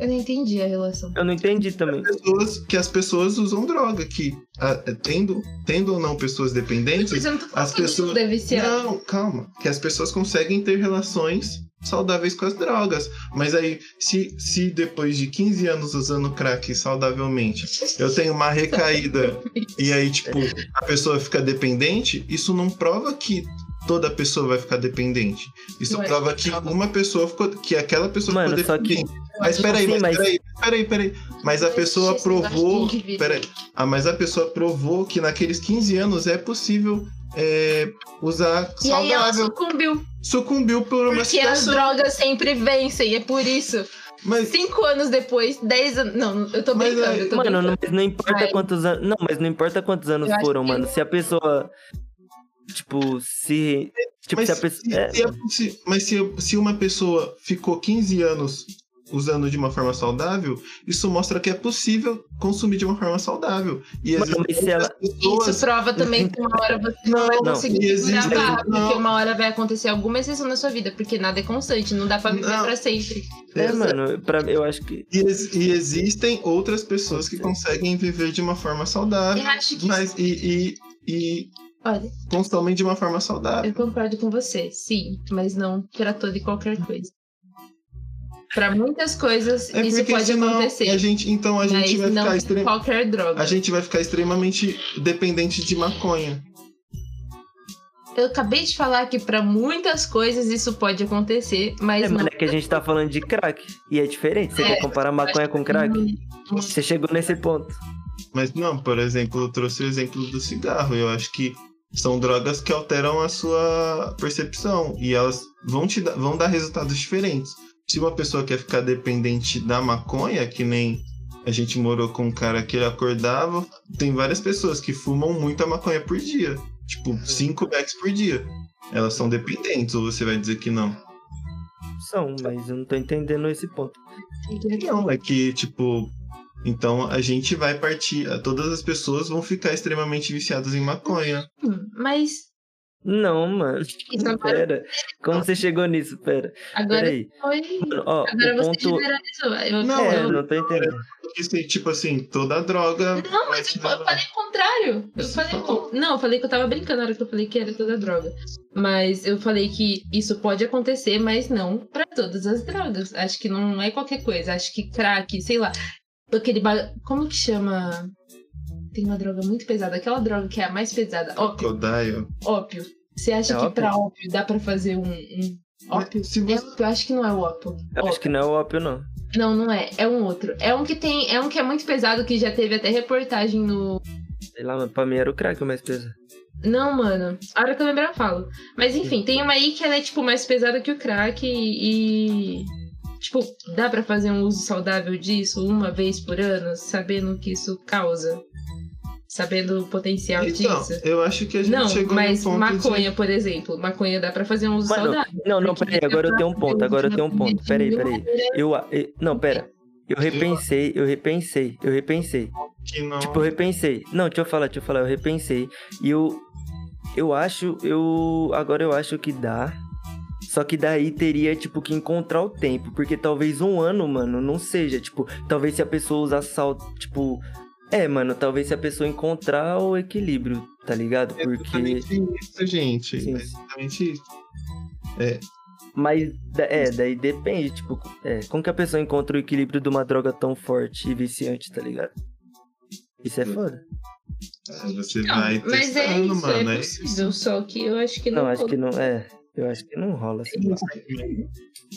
S6: Eu não entendi a relação.
S5: Eu não entendi também.
S4: Pessoas que as pessoas usam droga, que ah, tendo, tendo ou não pessoas dependentes,
S6: Mas eu não tô falando
S4: as pessoas-
S6: de tudo é viciado.
S4: Não, calma. Que as pessoas conseguem ter relações saudáveis com as drogas. Mas aí, se, se depois de 15 anos usando crack saudavelmente, eu tenho uma recaída e aí, tipo, a pessoa fica dependente, isso não prova que toda pessoa vai ficar dependente. Isso
S6: Ué,
S4: prova que
S6: calma.
S4: uma pessoa ficou. que aquela pessoa
S5: Mano,
S4: ficou
S5: só que-
S4: dependente. Mas peraí,
S5: Sim,
S4: mas,
S5: mas-
S4: peraí, peraí, peraí. Mas a
S6: Não
S4: pessoa
S6: existe esse negócio
S4: provou.
S6: de indivíduo.
S4: Peraí. Ah, mas a pessoa provou que naqueles 15 anos é possível é, usar
S6: E aí ela
S4: saudável.
S6: sucumbiu,
S4: Sucumbiu por uma
S6: porque as
S4: situação.
S6: drogas sempre vencem, é por isso.
S4: Mas,
S6: Cinco anos depois, dez anos. Não, eu tô
S4: Mas,
S6: brincando.
S4: é,
S6: eu tô
S5: Mano,
S6: brincando.
S5: não, mas não importa
S6: Ai.
S5: quantos anos. Não, mas não importa quantos anos
S6: Eu acho
S5: foram,
S6: que-
S5: mano. Se a pessoa. Tipo, se. Tipo,
S4: mas
S5: se a pessoa.
S4: se-
S5: é,
S4: se é possi- mas se, se uma pessoa ficou 15 anos usando de uma forma saudável, isso mostra que é possível consumir de uma forma saudável. E às
S5: Mano,
S4: vezes
S5: mas se ela-
S4: as pessoas.
S6: Isso prova também que uma hora você não,
S4: Não,
S6: vai
S5: não.
S6: conseguir
S4: Existe-
S6: segurar a barra,
S4: não.
S6: porque uma hora vai acontecer alguma exceção na sua vida, porque nada é constante, não dá pra viver
S4: Não.
S6: pra sempre.
S5: é, mano, pra, eu acho que.
S4: E, ex- e existem outras pessoas que conseguem viver de uma forma saudável.
S6: Eu acho que.
S4: Mas e, e, e
S6: Olha,
S4: consomem de uma forma saudável.
S6: eu concordo com você, sim, mas não pra toda e qualquer coisa. Pra muitas coisas,
S4: É
S6: isso
S4: porque
S6: pode
S4: senão a
S6: acontecer.
S4: gente, então a gente vai
S6: mas não
S4: ficar
S6: pra
S4: extremamente.
S6: qualquer droga.
S4: A gente vai ficar extremamente dependente de maconha.
S6: Eu acabei de falar que pra muitas coisas isso pode acontecer, mas
S5: É,
S6: não.
S5: mano, é que a gente tá falando de crack. E é diferente. Você
S6: É,
S5: quer comparar maconha com crack? Você chegou nesse ponto.
S4: Mas não, por exemplo, eu trouxe o exemplo do cigarro. Eu acho que São drogas que alteram a sua percepção e elas vão te dar, vão dar resultados diferentes. Se uma pessoa quer ficar dependente da maconha, que nem a gente morou com um cara que ele acordava, tem várias pessoas que fumam muita maconha por dia, tipo 5 packs por dia. Elas são dependentes ou você vai dizer que não?
S5: São, mas eu não tô entendendo esse ponto.
S4: Não, é que, tipo. Então a gente vai partir. eh, Todas as pessoas vão ficar extremamente viciadas em maconha.
S6: Hum, Mas
S5: Não, mano.
S6: Isso agora,
S5: Pera. Como você chegou nisso? Pera. Pera
S6: agora
S5: aí.
S6: foi.
S5: Mano, ó,
S6: Agora
S5: o
S6: você
S5: Um ponto.
S6: generalizou. Eu,
S4: Não,
S5: É,
S6: eu,
S5: não tô entendendo.
S4: Porque, assim, tipo assim, toda droga.
S6: Não,
S4: vai
S6: mas
S4: te
S6: eu, eu
S4: dar-
S6: falei o contrário. Eu
S4: Você
S6: falei,
S4: falou.
S6: não, eu falei que eu tava brincando na hora que eu falei que era toda droga. Mas eu falei que isso pode acontecer, mas não pra todas as drogas. Acho que não é qualquer coisa. Acho que crack, sei lá. Aquele ba... Como que chama? Tem uma droga muito pesada. Aquela droga que é a mais pesada. Ópio.
S4: Codaio.
S6: Ópio. Você acha
S5: É
S6: que
S5: ópio?
S6: pra ópio dá pra fazer um. um ópio?
S4: Mas se
S6: É
S4: você-
S6: ópio? Eu acho que não é o ópio.
S5: Eu acho que não é o ópio, não.
S6: Não, não é. É um outro. É um que tem. É um que é muito pesado, que já teve até reportagem no
S5: Sei lá, mano. Pra mim era o crack o mais pesado.
S6: Não, mano. A hora que eu lembrar, eu falo. Mas enfim, tem uma aí que ela é, tipo, mais pesada que o crack e. e, Tipo, dá pra fazer um uso saudável disso uma vez por ano, sabendo o que isso causa? Sabendo o potencial
S4: Então,
S6: disso?
S4: eu acho que a gente
S6: Não,
S4: chegou
S6: mas
S4: no ponto
S6: maconha, por exemplo. Maconha dá pra fazer um uso
S5: Mano,
S6: saudável.
S5: Não, não,
S6: Porque
S5: peraí. Agora eu tenho um
S6: dá
S5: ponto.
S6: pra
S5: Agora eu é
S6: fazer
S5: tenho um ponto.
S6: de
S5: Peraí,
S6: mil
S5: peraí.
S6: maneiras.
S5: Eu. a- e- Não, pera. Eu repensei, eu repensei, eu repensei.
S4: de que não.
S5: Tipo, eu repensei. Não, deixa eu falar, deixa eu falar, eu repensei. E eu. Eu acho, eu. Agora eu acho que dá. Só que daí teria, tipo, que encontrar o tempo. Porque talvez um ano, mano, não seja. Tipo, talvez se a pessoa usar sal. Tipo. É, mano, talvez se a pessoa encontrar o equilíbrio, tá ligado?
S4: É
S5: Porque.
S4: exatamente isso, gente.
S5: Sim.
S4: É exatamente isso.
S5: Mas, da- é, daí depende, tipo. É, como que a pessoa encontra o equilíbrio de uma droga tão forte e viciante, tá ligado? Isso é foda.
S4: Ah, Você
S6: Não,
S4: vai
S6: mas
S4: testando,
S6: é isso,
S4: mano.
S6: é
S4: é isso.
S6: possível. Só que eu acho que não.
S5: Não, acho que não. É, eu acho que não rola assim.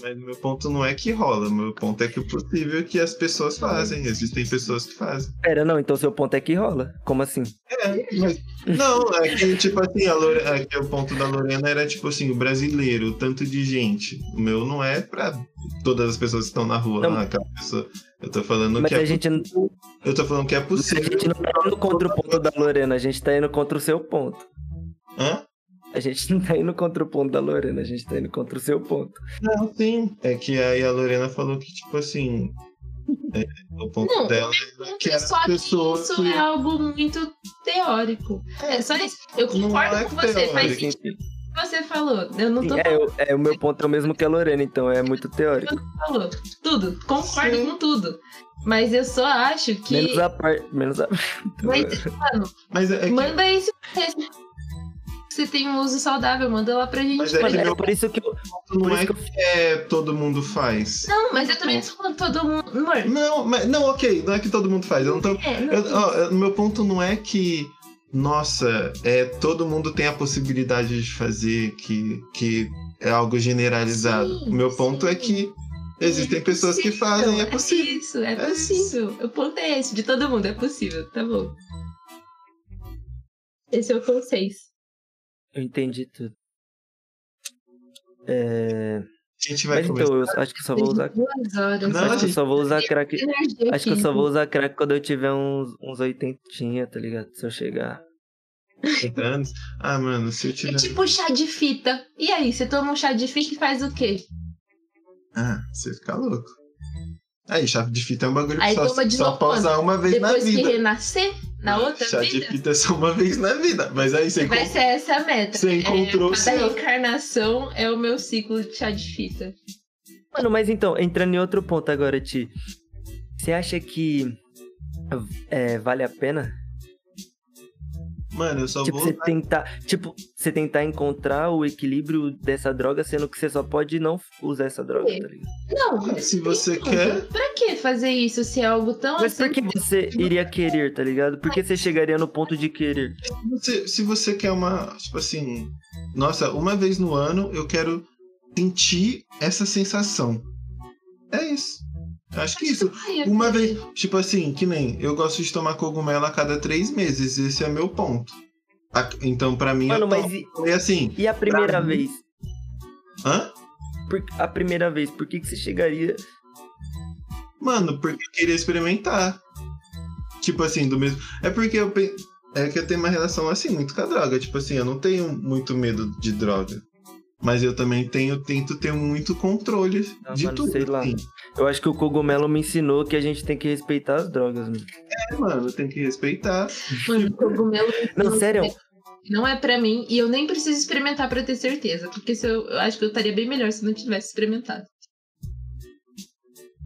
S4: Mas meu ponto não é que rola, meu ponto é que é possível que as pessoas fazem. Existem pessoas que fazem.
S5: Pera, não, então seu ponto é que rola. Como assim?
S4: É, mas- Não, é que, tipo assim, a Lore... é que o ponto da Lorena era, tipo assim, o brasileiro, o tanto de gente. O meu não é pra todas as pessoas que estão na rua,
S5: Não.
S4: não, aquela pessoa. Eu tô falando
S5: Mas
S4: que é
S5: a gente, não-
S4: Eu tô falando que é
S5: a
S4: possível.
S5: gente não tá indo contra o ponto da Lorena, a gente tá indo contra o seu ponto.
S4: Hã?
S5: A gente não tá indo contra o ponto da Lorena, a gente tá indo contra o seu ponto.
S4: Não, sim. É que aí a Lorena falou que, tipo assim. é, o ponto
S6: Não,
S4: dela é que as
S6: só que
S4: pessoas.
S6: isso é algo muito teórico. É só isso. Eu
S4: Não
S6: concordo
S4: é
S6: com você, faz
S4: teórico.
S5: Sim,
S6: sentido
S5: sim.
S6: o que você falou. Eu não tô
S5: É, eu- é, o meu ponto é o mesmo que a Lorena, então é muito teórico.
S6: falando tudo. Concordo
S4: Sim.
S6: com tudo. Mas eu só acho que.
S5: Menos a parte. Menos a.
S6: Mas, mano,
S4: Mas é, é que-
S6: manda esse texto. Você tem um uso saudável, manda lá pra gente.
S4: Mas é
S6: pra
S5: Mano,
S4: que
S6: gente.
S5: é
S4: meu-
S5: por isso que eu.
S4: não
S5: Por
S4: é
S5: isso que eu
S4: que é, todo mundo faz.
S6: Não, mas eu também não tô falando todo mundo. Amor,
S4: Não, mas, não, ok, não é que todo mundo faz. Eu não tô
S6: é, não.
S4: Eu- ó, eu- meu ponto não é que, nossa, é, todo mundo tem a possibilidade de fazer, que, que é algo generalizado.
S6: Sim,
S4: meu ponto
S6: sim.
S4: é que existem pessoas que fazem, é possível.
S6: Isso, é
S4: É
S6: possível. O ponto é esse, de todo mundo, é possível, tá bom. Esse é o conceito.
S5: Eu entendi tudo. É.
S4: A gente vai
S5: Mas
S4: começar.
S5: então, eu acho que só vou usar.
S6: Duas horas.
S4: Não,
S5: Acho que eu só vou usar crack.
S6: Energia
S5: Acho que eu
S6: aqui.
S5: só vou usar crack quando eu tiver uns, uns 80, tá ligado? Se eu chegar. então,
S4: 30 anos. Ah, mano, se eu tiver.
S6: É tipo chá de fita. E aí, você toma um chá de fita e faz o quê?
S4: Ah, você fica louco. Aí, chave de fita é um bagulho
S6: Aí
S4: que só,
S6: toma de
S4: só
S6: novo
S4: pra
S6: quando?
S4: usar uma vez
S6: Depois
S4: na
S6: que
S4: vida.
S6: renascer, na outra
S4: Chave de
S6: vida?
S4: fita é só uma vez na vida. Mas aí você
S6: Vai ser essa a meta.
S4: Você encontrou o
S6: é, cada
S4: seu.
S6: reencarnação é o meu ciclo de chá de fita.
S5: Mano, mas então, entrando em outro ponto agora, Ti. Você acha que é, vale a pena?
S4: Mano, eu só
S5: tipo,
S4: vou.
S5: você tentar. Tipo, você tentar encontrar o equilíbrio dessa droga, sendo que você só pode não usar essa droga, tá ligado?
S6: Não,
S4: Se você
S6: então,
S4: quer.
S6: Pra que fazer isso se é algo tão
S5: Mas por
S6: assim?
S5: que você iria querer, tá ligado? Por que você chegaria no ponto de querer?
S4: Você- se você quer uma, tipo assim, nossa, uma vez no ano eu quero sentir essa sensação. É isso. Eu acho que é isso.
S6: Ai, eu-
S4: Uma vez, tipo assim, que nem eu gosto de tomar cogumelo a cada três meses. Esse é meu ponto. A- Então, pra mim,
S5: Mano,
S4: eu
S5: mas
S4: topo.
S5: e,
S4: foi assim.
S5: e a primeira
S4: Pra mim-
S5: vez?
S4: Hã?
S5: Por, a primeira vez, por que, que você chegaria?
S4: Mano, porque eu queria experimentar. Tipo assim, do mesmo. É porque eu pe- é que eu tenho uma relação assim muito com a droga. Tipo assim, eu não tenho muito medo de droga. Mas eu também tenho, tento ter muito controle
S5: Ah,
S4: de
S5: mano,
S4: tudo.
S5: sei lá.
S4: assim.
S5: Eu acho que o cogumelo me ensinou que a gente tem que respeitar as drogas, mano.
S4: É, mano, tem que respeitar.
S6: Mano, um cogumelo
S5: Não, sério,
S6: não é pra mim e eu nem preciso experimentar pra ter certeza, porque se eu, eu acho que eu estaria bem melhor se eu não tivesse experimentado.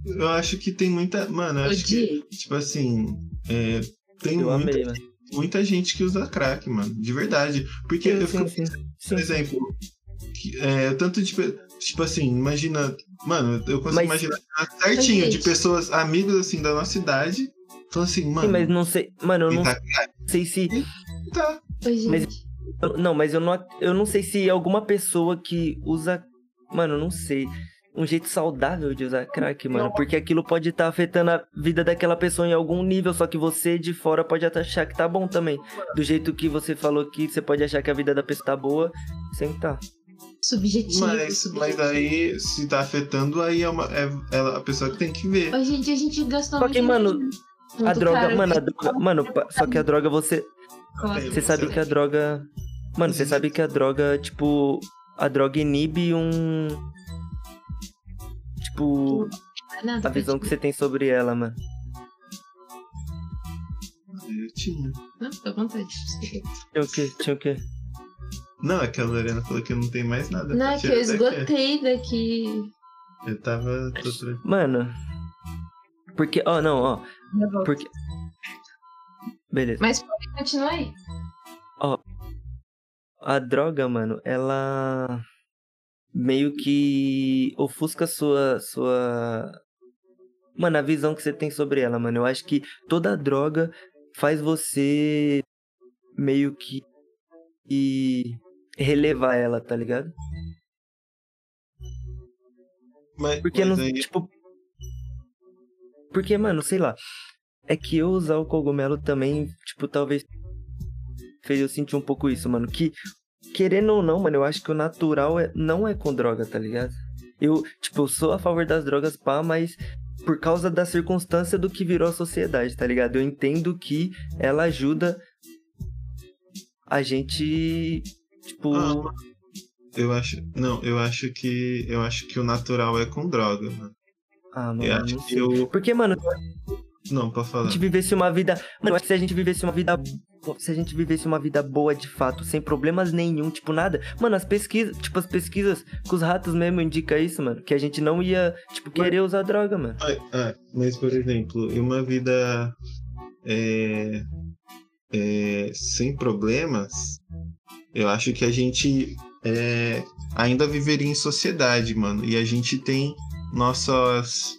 S4: Eu acho que tem muita. Mano, eu acho que,
S6: Odiei.
S4: tipo assim. é, tem
S5: eu
S4: muita,
S5: amei, mano.
S4: muita gente que usa crack, mano. De verdade. Porque eu fico
S5: sim,
S4: por
S5: sim.
S4: exemplo, que- é, tanto de. pe- Tipo assim, imagina. Mano, eu consigo
S5: Mas-
S4: imaginar certinho
S6: Mas,
S4: de
S6: gente-
S4: pessoas, amigos assim da nossa idade, falando assim,
S5: Sim,
S4: mano,
S5: mas não sei. Mano, eu
S4: me
S5: não
S4: tá,
S5: sei se.
S4: tá.
S6: Oi, gente.
S5: Mas- eu- Não, mas eu não, ac- eu não sei se alguma pessoa que usa. Mano, eu não sei. Um jeito saudável de usar crack, mano. Porque aquilo pode estar afetando a vida daquela pessoa em algum nível. Só que você de fora pode até achar que tá bom também. Do jeito que você falou que você pode achar que a vida da pessoa tá boa, sem que tá.
S6: Subjetivo.
S4: Mas, mas é aí, se tá afetando, aí é, uma, é ela- a pessoa que tem que ver.
S6: Oi, gente, a gente gastou
S5: Só que,
S6: muito
S5: mano,
S6: dinheiro.
S5: A
S6: Muito
S5: droga,
S6: caro. tipo,
S5: mano, a droga, mano, pa- só que a droga você,
S6: Nossa.
S5: você sabe que a droga, mano, você sabe que a droga, tipo, a droga inibe um tipo
S6: Não é nada,
S5: a visão que
S6: gente.
S5: você tem sobre ela, mano.
S4: Eu tinha.
S6: Não, fica à vontade.
S5: Tinha o quê? Tinha o quê?
S4: Não, é que a Lorena falou que não tem mais nada.
S6: Não,
S4: pra
S6: é que
S4: tirar
S6: eu
S4: daqui.
S6: esgotei daqui.
S4: Eu tava. tô tra-
S5: Mano. Porque, ó, não, ó,
S6: Revolta.
S5: porque Beleza.
S6: Mas pode continuar aí.
S5: A droga, mano, ela meio que ofusca sua sua Mano, a visão que você tem sobre ela, mano. Eu acho que toda droga faz você meio que e relevar ela, tá ligado?
S4: Mas,
S5: Porque
S4: mas
S5: não,
S4: aí-
S5: tipo Porque, mano, sei lá. É que eu usar o cogumelo também, tipo, talvez fez eu sentir um pouco isso, mano, que querendo ou não, mano, eu acho que o natural é, não é com droga, tá ligado? Eu, tipo, eu sou a favor das drogas, pá, mas por causa da circunstância do que virou a sociedade, tá ligado? Eu entendo que ela ajuda a gente, tipo,
S4: Ah, mano, eu acho. Não, eu acho que. Eu acho que o natural é com droga, mano.
S5: ah, mano,
S4: Eu
S5: não
S4: acho que
S5: sei.
S4: eu.
S5: Porque, mano,
S4: Não, pra
S5: a
S4: falar.
S5: gente vivesse uma vida. Mano, eu acho que se a gente vivesse uma vida. Se a gente vivesse uma vida boa de fato, sem problemas nenhum, tipo nada. Mano, as pesquisas. Tipo, as pesquisas com os ratos mesmo indica isso, mano. Que a gente não ia, tipo, querer usar droga, mano.
S4: Ah, ah, mas, por exemplo, em uma vida é, é, sem problemas, eu acho que a gente é, ainda viveria em sociedade, mano. E a gente tem nossas.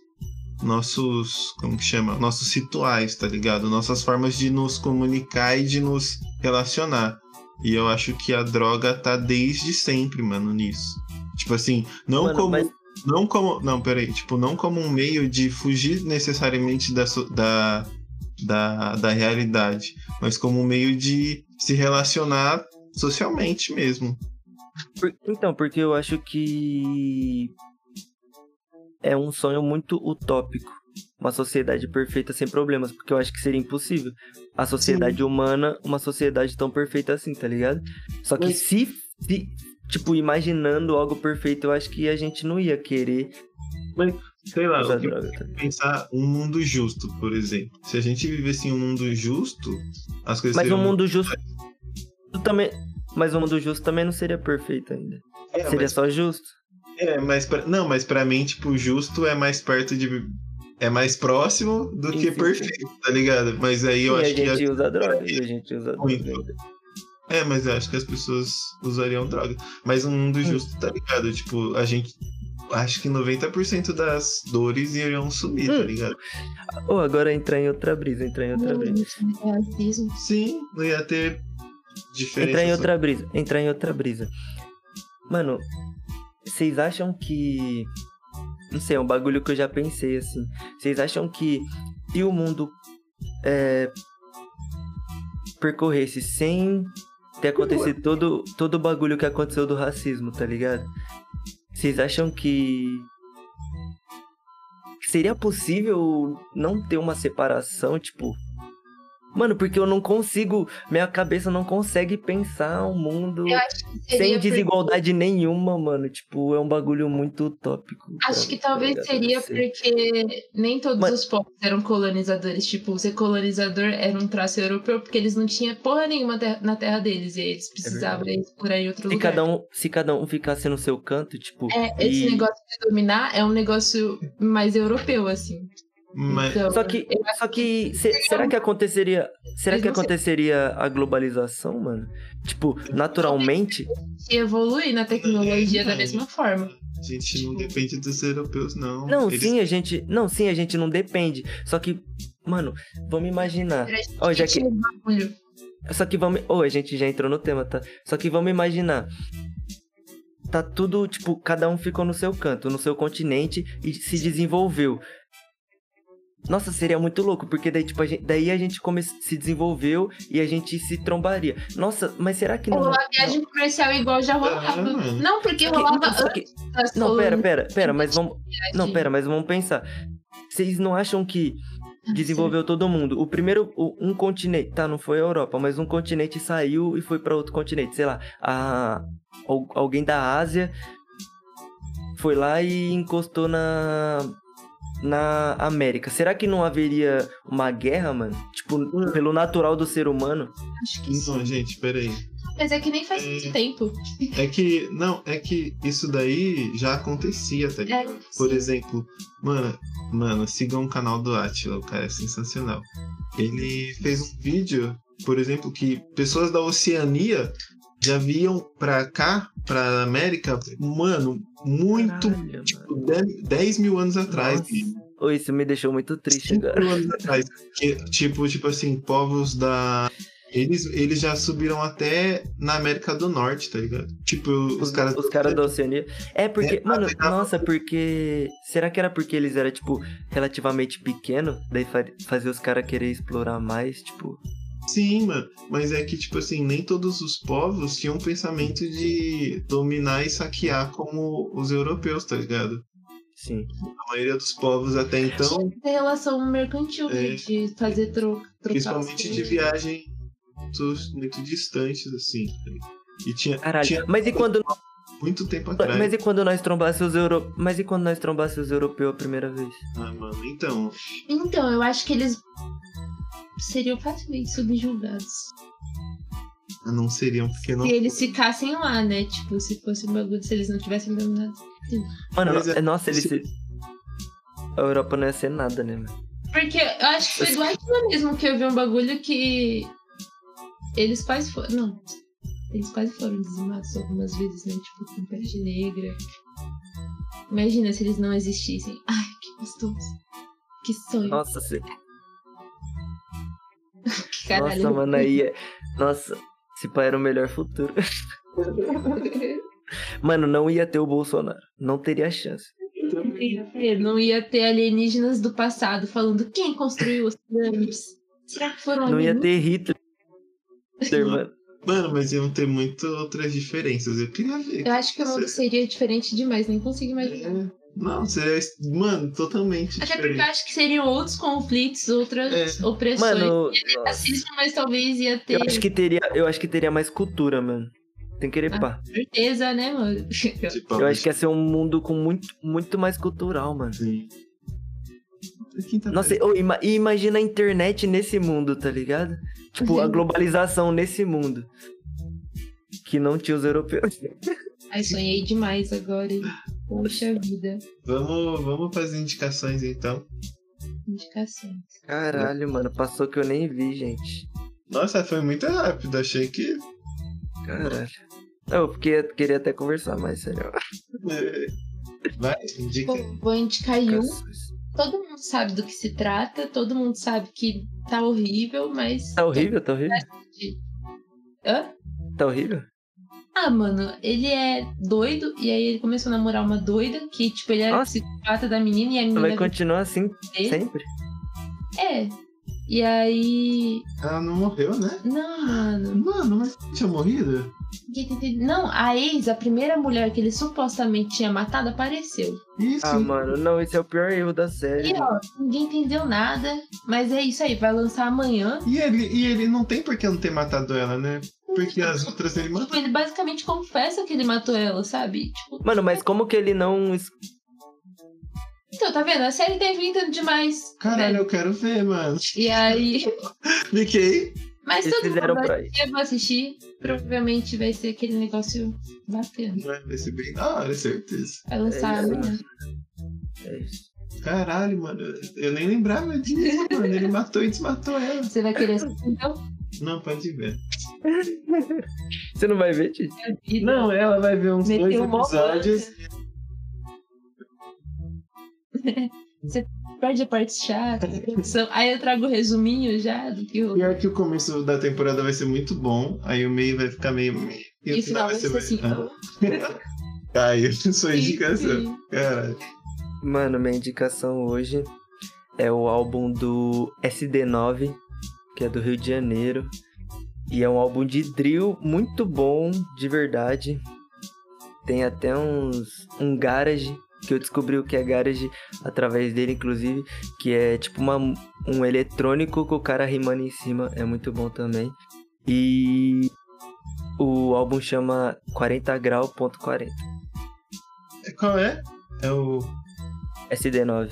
S4: Nossos. Como que chama? Nossos rituais, tá ligado? Nossas formas de nos comunicar e de nos relacionar. E eu acho que a droga tá desde sempre, mano, nisso. Tipo assim, não
S5: mano,
S4: como
S5: mas-
S4: não como. Não, peraí. Tipo, não como um meio de fugir necessariamente da, so- da, da, da realidade, mas como um meio de se relacionar socialmente mesmo.
S5: Por- Então, porque eu acho que é um sonho muito utópico. Uma sociedade perfeita sem problemas, porque eu acho que seria impossível. A sociedade humana, uma sociedade tão perfeita assim, tá ligado? Só que se, se, tipo, imaginando algo perfeito, eu acho que a gente não ia querer
S4: Sei lá,
S5: usar
S4: eu queria
S5: droga. tá ligado?
S4: pensar um mundo justo, por exemplo. Se a gente vivesse em um mundo justo, as coisas
S5: Mas um
S4: seriam-
S5: mundo justo também. Mas um mundo justo também não seria perfeito ainda.
S4: É,
S5: seria
S4: mas,
S5: só justo.
S4: é, mas pra- não, mas pra mim, tipo, justo é mais perto de. É mais próximo do
S5: Sim,
S4: que
S5: sim,
S4: perfeito, tá ligado? Mas aí eu
S5: e
S4: acho
S5: a
S4: que a
S5: gente usa droga. E a gente usa
S4: Muito.
S5: droga.
S4: É, mas eu acho que as pessoas usariam droga. Mas um
S5: Hum.
S4: mundo justo, tá ligado? Tipo, a gente. Acho que 90% das dores iriam sumir, tá
S5: Hum.
S4: ligado?
S5: Ou agora entrar em outra brisa, entrar em
S6: Hum.
S5: outra brisa.
S6: Não, racismo.
S4: Sim, não ia ter diferença.
S5: Entrar em outra brisa, entrar em outra brisa. Mano, vocês acham que. Não sei, é um bagulho que eu já pensei assim. Vocês acham que se o mundo é, percorresse sem ter acontecido todo, todo o bagulho que aconteceu do racismo, tá ligado? Vocês acham que. Seria possível não ter uma separação, tipo. Mano, porque eu não consigo. Minha cabeça não consegue pensar um mundo
S6: Eu acho que seria
S5: sem
S6: por-
S5: desigualdade nenhuma, mano. Tipo, é um bagulho muito utópico.
S6: Acho
S5: cara,
S6: que
S5: tá
S6: talvez
S5: ligado?
S6: seria
S5: Não sei.
S6: porque nem todos
S5: Mas-
S6: os povos eram colonizadores. Tipo, ser colonizador era um traço europeu porque eles não tinham porra nenhuma ter- na terra deles. E eles precisavam explorar em outro
S5: Se
S6: lugar.
S5: cada, um, se cada um ficasse no seu canto, tipo.
S6: É, esse
S5: e-
S6: negócio de dominar é um negócio mais europeu, assim.
S4: Mas,
S6: Então,
S5: Só que, só que se-
S6: um
S5: será que aconteceria, será
S6: Mas
S5: que
S6: não sei.
S5: aconteceria a globalização, mano? Tipo, naturalmente,
S6: se evoluir na tecnologia
S4: É,
S6: da mesma forma.
S4: a gente não depende dos europeus, não.
S5: não,
S4: Eles-
S5: sim, a gente, não, sim, a gente não depende. Só que, mano, vamos imaginar.
S6: Era
S5: Ó, já que,
S6: Tinha um bagulho.
S5: só que vamos, oh, a gente já entrou no tema, tá? Só que vamos imaginar. Tá tudo, tipo, cada um ficou no seu canto, no seu continente e se desenvolveu. Nossa, seria muito louco, porque daí, tipo, a gente, daí a gente come, se desenvolveu e a gente se trombaria. Nossa, mas será que não.
S6: Ou a viagem comercial igual já rolava.
S4: Ah, mano.
S6: Não, porque
S5: Só que-
S6: rolava
S5: não, só que-
S6: antes das
S5: não, pera,
S6: colônias
S5: pera, pera, mas vamos.
S6: de-
S5: Não, pera, mas vamos pensar. Vocês não acham que desenvolveu todo mundo? O primeiro, o- um continente, tá, não foi a Europa, mas um continente saiu e foi pra outro continente, sei lá, a, al- alguém da Ásia foi lá e encostou na na América. Será que não haveria uma guerra, mano? Tipo, pelo natural do ser humano?
S6: Acho que sim.
S4: Não, gente, peraí.
S6: Mas é que nem faz muito tempo.
S4: É que, não, é que isso daí já acontecia, tá ligado?
S6: É,
S4: Por
S6: sim.
S4: exemplo, mano, mano, sigam o canal do Atila, o cara é sensacional. Ele fez um vídeo, por exemplo, que pessoas da Oceania já vinham pra cá, pra América, mano, muito,
S5: Caralho, mano.
S4: tipo, 10, mil anos atrás.
S5: Nossa. Ô, isso me deixou muito triste
S4: Cinco
S5: agora.
S4: anos atrás. Que, tipo, tipo assim, povos da. Eles, eles já subiram até na América do Norte, tá ligado? Tipo, os caras.
S5: Os caras da Oceania. É porque.
S4: É,
S5: mano,
S4: África-
S5: nossa, porque. Será que era porque eles eram, tipo, relativamente pequeno? Daí fa- fazia os caras querer explorar mais, tipo.
S4: Sim, mano. Mas é que, tipo assim, nem todos os povos tinham o pensamento de dominar e saquear como os europeus, tá ligado?
S5: Sim.
S4: A maioria dos povos até então,
S6: Tinha que ter relação mercantil, né,
S4: É.
S6: de fazer troca.
S4: principalmente de viagem muito, muito distantes, assim. tá ligado? E tinha,
S5: Caralho.
S4: tinha né?
S5: Mas e quando.
S4: muito tempo atrás.
S5: Mas e quando nós trombasse os euro... Mas e quando nós trombasse os europeus a primeira vez?
S4: Ah, mano, então.
S6: Então, eu acho que eles seriam facilmente subjugados.
S4: Não seriam, porque não.
S6: Se eles ficassem lá, né? Tipo, se fosse um bagulho, se eles não tivessem dominado.
S5: Mano,
S4: Mas
S5: no-
S4: é-
S5: nossa, eles.
S4: se-
S5: A Europa não ia ser nada, né, mano?
S6: Porque eu acho que foi do Atila mesmo que eu vi um bagulho que. Eles quase foram. Não. Eles quase foram dizimados algumas vezes, né? Tipo, com peste negra. Imagina se eles não existissem. Ai, que gostoso. Que sonho.
S5: Nossa, se...
S6: que caralho.
S5: nossa mano, aí. é- Nossa, se pá, era o melhor futuro. Mano, não ia ter o Bolsonaro. Não teria chance.
S6: não ia ter alienígenas do passado falando quem construiu os pirâmides. Será que foram
S5: Não ia
S6: alienígenas?
S5: ter Hitler. Hitler, mano.
S4: Mano, mas iam ter muito outras diferenças. Eu queria ver.
S6: Eu acho que o mundo seria diferente demais, nem consigo imaginar.
S4: É. Não, seria. Mano, totalmente
S6: Até porque eu
S4: diferente.
S6: acho que seriam outros conflitos, outras opressões.
S5: É. Mano,
S6: Racismo, mas talvez ia ter
S5: eu acho que teria, eu acho que teria mais cultura, mano. Tem que querer
S6: Ah,
S5: pá.
S6: certeza, né, mano?
S4: Tipo,
S5: Eu acho que ia ser um mundo com muito, muito mais cultural, mano.
S4: Sim. tá
S5: Nossa, e ô, ima- e imagina a internet nesse mundo, tá ligado? Tipo, a
S6: Sim.
S5: globalização nesse mundo. Que não tinha os europeus.
S6: Ai, sonhei demais agora. hein? Poxa vida,
S4: Vamos, vamos fazer indicações então.
S6: indicações.
S5: Caralho, mano, passou que eu nem vi, gente.
S4: Nossa, foi muito rápido. Achei que.
S5: Caralho. É, Eu porque queria até conversar mais, sério. é
S4: eh, Vai, indica.
S6: Vou, vou indicar Yu. Todo mundo sabe do que se trata, todo mundo sabe que tá horrível, mas.
S5: Tá horrível, tá horrível?
S6: Hã?
S5: Tá horrível?
S6: Ah, mano, ele é doido e aí ele começou a namorar uma doida que, tipo, ele era
S5: Nossa. é
S6: psicopata da menina e a menina
S5: Vai continuar assim
S6: dele.
S5: sempre?
S6: É. E aí.
S4: Ela não morreu, né?
S6: Não, mano.
S4: Mano, mas tinha morrido?
S6: Não, a ex, a primeira mulher que ele supostamente tinha matado, apareceu.
S4: Isso.
S5: Ah, mano, não, esse é o pior erro da série.
S6: E ó, ninguém entendeu nada. Mas é isso aí, vai lançar amanhã.
S4: E ele, e ele não tem por que não ter matado ela, né? Porque as outras ele matou.
S6: Tipo, ele basicamente confessa que ele matou ela, sabe? Tipo,
S5: Mano, mas como que ele não. es-
S6: então, tá vendo? A série tá inventando demais.
S4: Caralho,
S6: velho.
S4: eu quero ver, mano.
S6: E aí.
S4: Fiquei.
S6: Mas
S5: Eles
S6: todo mundo
S5: fizeram
S6: vai
S5: pra
S6: assistir, eu vou assistir. Provavelmente vai ser aquele negócio bacana.
S4: Vai vai ser bem da hora, certeza.
S6: Vai lançar
S5: É isso,
S6: amanhã.
S5: É isso.
S4: Caralho, mano. Eu nem lembrava disso, mano. Ele matou e desmatou ela.
S6: Você vai querer assistir, então?
S4: Não, pode ver.
S5: Você não vai ver, Titi?
S4: Não, ela vai ver uns
S6: Meteu
S4: dois
S6: mó
S4: episódios.
S6: Perde a parte chata. da produção. Aí eu trago o resuminho já do que rolou.
S4: Pior é que o começo da temporada vai ser muito bom, aí o meio vai ficar meio.
S6: E o final vai ser assim.
S4: Ah, Caiu, sua é indicação.
S6: Enfim.
S4: Caralho.
S5: Mano, minha indicação hoje é o álbum do SD9, que é do Rio de Janeiro. E é um álbum de drill muito bom, de verdade. Tem até uns um garage, que eu descobri o que é garage através dele, inclusive, que é tipo uma, um eletrônico com o cara rimando em cima, é muito bom também. E o álbum chama 40 grau.40,
S4: Qual é? É o
S5: SD9.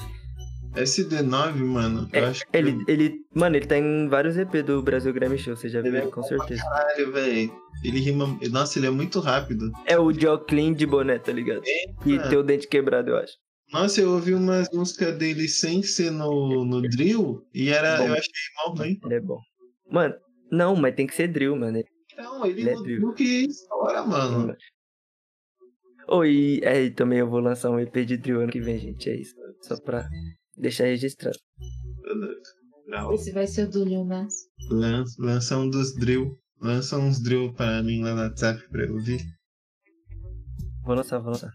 S4: SD9, mano.
S5: É,
S4: eu acho que
S5: Ele, ele, mano, ele tá em vários EP do Brasil Grammy Show, você já viu
S4: Ele é
S5: ele, com certeza.
S4: Caralho, velho. Ele rima. Nossa, ele é muito rápido.
S5: É o Joclin de boné, tá ligado? E
S4: mano.
S5: tem o dente quebrado, eu acho.
S4: Nossa, eu ouvi umas músicas dele sem ser no, no drill e era.
S5: Bom.
S4: Eu achei mal ruim.
S5: Ele é bom. Mano, não, mas tem que ser drill, mano.
S4: Então, ele
S5: Ele é
S4: no
S5: drill.
S4: drill que estoura, mano.
S5: Oh, e é, e também eu vou lançar um EP de drill ano que vem, gente. É isso. Só pra deixar registrado.
S4: Não.
S6: Esse vai ser o do Lil Nas.
S4: Lança, lança um dos drill. Lança uns drill pra mim lá no WhatsApp pra eu ouvir.
S5: Vou lançar, vou lançar.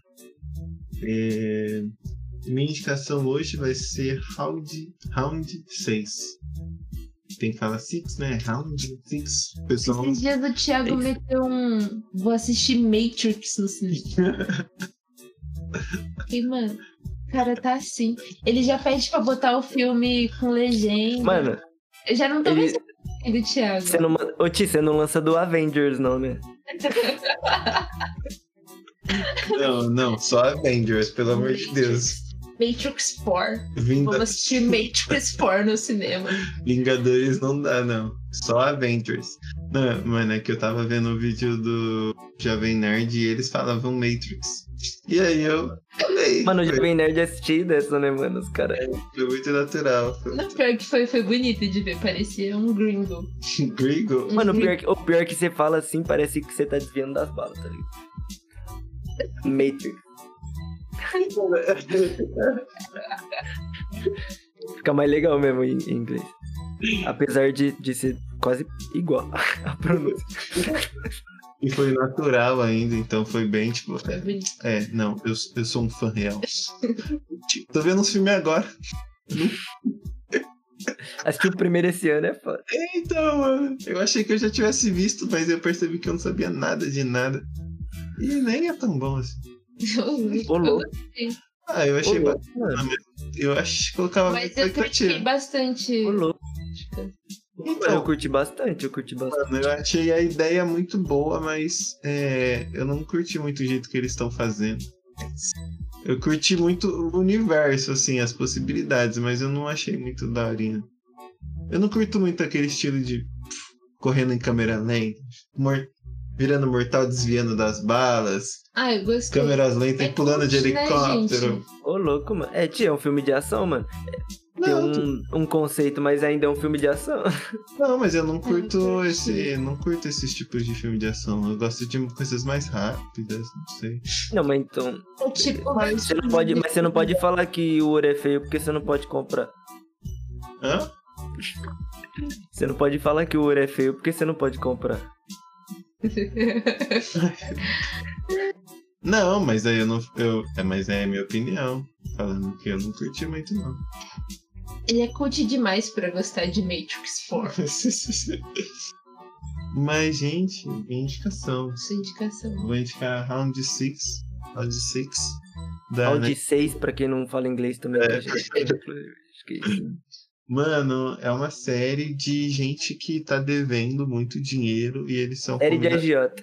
S4: É, Minha indicação hoje vai ser Round, round 6. Tem que falar 6, né? Round 6. Pessoal.
S6: Esses dias o Thiago
S5: É isso.
S6: meteu um. Vou assistir Matrix no cinema. e, mano, o cara tá assim. Ele já pede pra botar o filme com legenda.
S5: Mano,
S6: eu já não tô
S5: ele-
S6: mais do Thiago.
S5: você não. man- Ô, Ti, você não lança do Avengers, não, né?
S4: Não, não, só Avengers, pelo amor de Deus.
S6: Matrix 4. Vamos
S4: Vinda,
S6: assistir Matrix 4 no cinema.
S4: Vingadores não dá, não. Só Avengers. Não, mano, é que eu tava vendo o vídeo do Jovem Nerd e eles falavam Matrix. E aí eu falei.
S5: Mano, o
S4: foi,
S5: Jovem Nerd assistir dessa, né, mano? Os caras.
S4: foi muito natural. Foi-
S6: Não, pior que foi, foi bonito de ver, parecia um gringo.
S4: Gringo?
S5: Mano, o pior, que, o pior que você fala assim, parece que você tá desviando das balas, tá ligado? Matrix. Fica mais legal mesmo em, em inglês. Apesar de, de ser quase igual a pronúncia.
S4: E foi natural ainda, então foi bem tipo.
S6: Foi bonito.
S4: É, não, eu, eu sou um fã real. Tipo, Tô vendo uns filmes agora.
S5: Assistir o primeiro esse ano é foda.
S4: Então, mano, eu achei que eu já tivesse visto, mas eu percebi que eu não sabia nada de nada. E nem é tão bom assim.
S6: Um
S5: Ô, louco.
S4: Ah, eu
S5: Ô,
S4: achei. ba-
S5: louco, mano.
S4: Eu acho que colocava muita
S6: Mas eu critiquei
S4: expectativa.
S6: bastante.
S5: Ô, louco. Mano, eu
S4: Então,
S5: curti bastante, eu curti bastante.
S4: mano, eu achei a ideia muito boa, mas é, eu não curti muito o jeito que eles estão fazendo. Eu curti muito o universo, assim, as possibilidades, mas eu não achei muito daorinha. Eu não curto muito aquele estilo de pff, correndo em câmera lenta, mor- virando mortal, desviando das balas,
S6: Ah, eu gostei.
S4: câmeras lentas
S6: É
S4: e pulando de
S6: cult, né,
S4: helicóptero.
S5: Ô, louco, mano. É, tia, é um filme de ação, mano. Tem
S4: Não,
S5: um, um conceito, mas ainda é um filme de ação.
S4: Não, mas
S6: É,
S4: eu não curto
S6: curti.
S4: esse. Não curto esses tipos de filme de ação. Eu gosto de coisas mais rápidas, não sei.
S5: Não, mas então.
S6: É tipo,
S5: Você não pode, mas você não pode falar que o ouro é feio porque você não pode comprar.
S4: Hã?
S5: Você não pode falar que o ouro é feio porque você não pode comprar.
S4: Não, mas aí eu não. Eu, é, mas é a minha opinião. Falando que eu não curti muito, não.
S6: Ele é coach demais pra gostar de Matrix 4.
S4: Mas, gente, minha indicação.
S6: Sua indicação.
S4: Vou indicar Round 6. Round 6. Da
S5: Round 6, pra quem não fala inglês também.
S4: né? É.
S5: né, gente? Acho que é isso.
S4: Mano, é uma série de gente que tá devendo muito dinheiro e eles são
S5: Série de
S4: convidados
S5: agiota.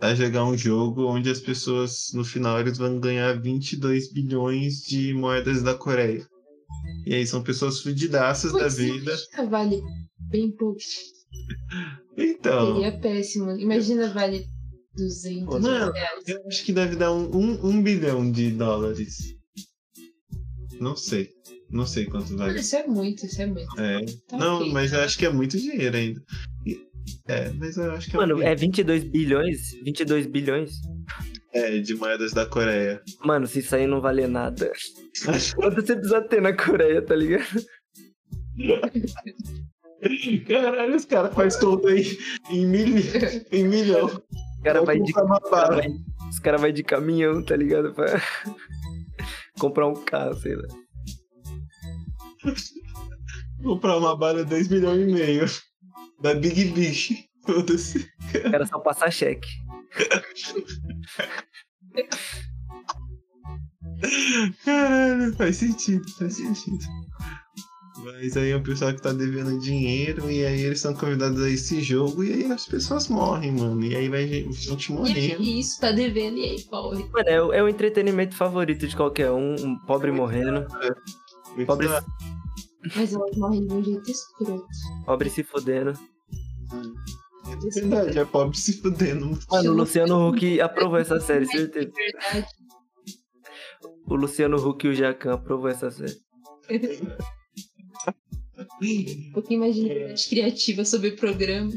S4: a jogar um jogo onde as pessoas, no final, eles vão ganhar 22 bilhões de moedas da Coreia. E aí são pessoas fudidaças da
S6: Putz,
S4: vida.
S6: imagina, Vale bem pouco.
S4: Então,
S6: Seria péssimo. Imagina, vale 200
S4: Mano,
S6: reais.
S4: eu acho que deve dar um, um, um bilhão de dólares. Não sei. Não sei quanto
S6: Mano,
S4: vale.
S6: Isso é muito, isso é muito.
S4: É.
S6: Tá
S4: Não,
S6: ok.
S4: mas eu acho que é muito dinheiro ainda. E- É, mas eu acho que é, um
S5: Mano,
S4: bilhão.
S5: é 22 bilhões? 22 bilhões?
S4: é de moedas da Coreia.
S5: Mano, se isso aí não valer nada. Quanto você precisa ter na Coreia, tá ligado?
S4: Caralho, os caras fazem todo aí em, mil... em milhão.
S5: O cara vai de,
S4: Comprar uma
S5: o cara
S4: bala.
S5: vai- os caras vai de caminhão, tá ligado? Pra comprar um carro, sei lá.
S4: Comprar uma bala 2 milhões e meio. Da Big Bish. Foda-se.
S5: O cara só passar cheque.
S4: Caralho, faz sentido, faz sentido. Mas aí é o pessoal que tá devendo dinheiro e aí eles são convidados a esse jogo e aí as pessoas morrem, mano. E aí vai gente- gente
S6: E,
S4: morrendo.
S6: e isso tá devendo, e aí, morre.
S5: Mano, é, o- é o entretenimento favorito de qualquer um. Um pobre morrendo.
S4: Muito
S5: Pobre,
S4: da-
S6: Mas elas morrem de um jeito escroto.
S5: pobre se fodendo.
S4: É verdade, é pobre se fudendo.
S5: Mano, o Luciano Huck aprovou essa série, certeza.
S6: Verdade.
S5: O Luciano Huck e o Jacan aprovou essa série.
S6: Um pouquinho mais de
S5: É.
S6: liberdade criativa sobre o programa.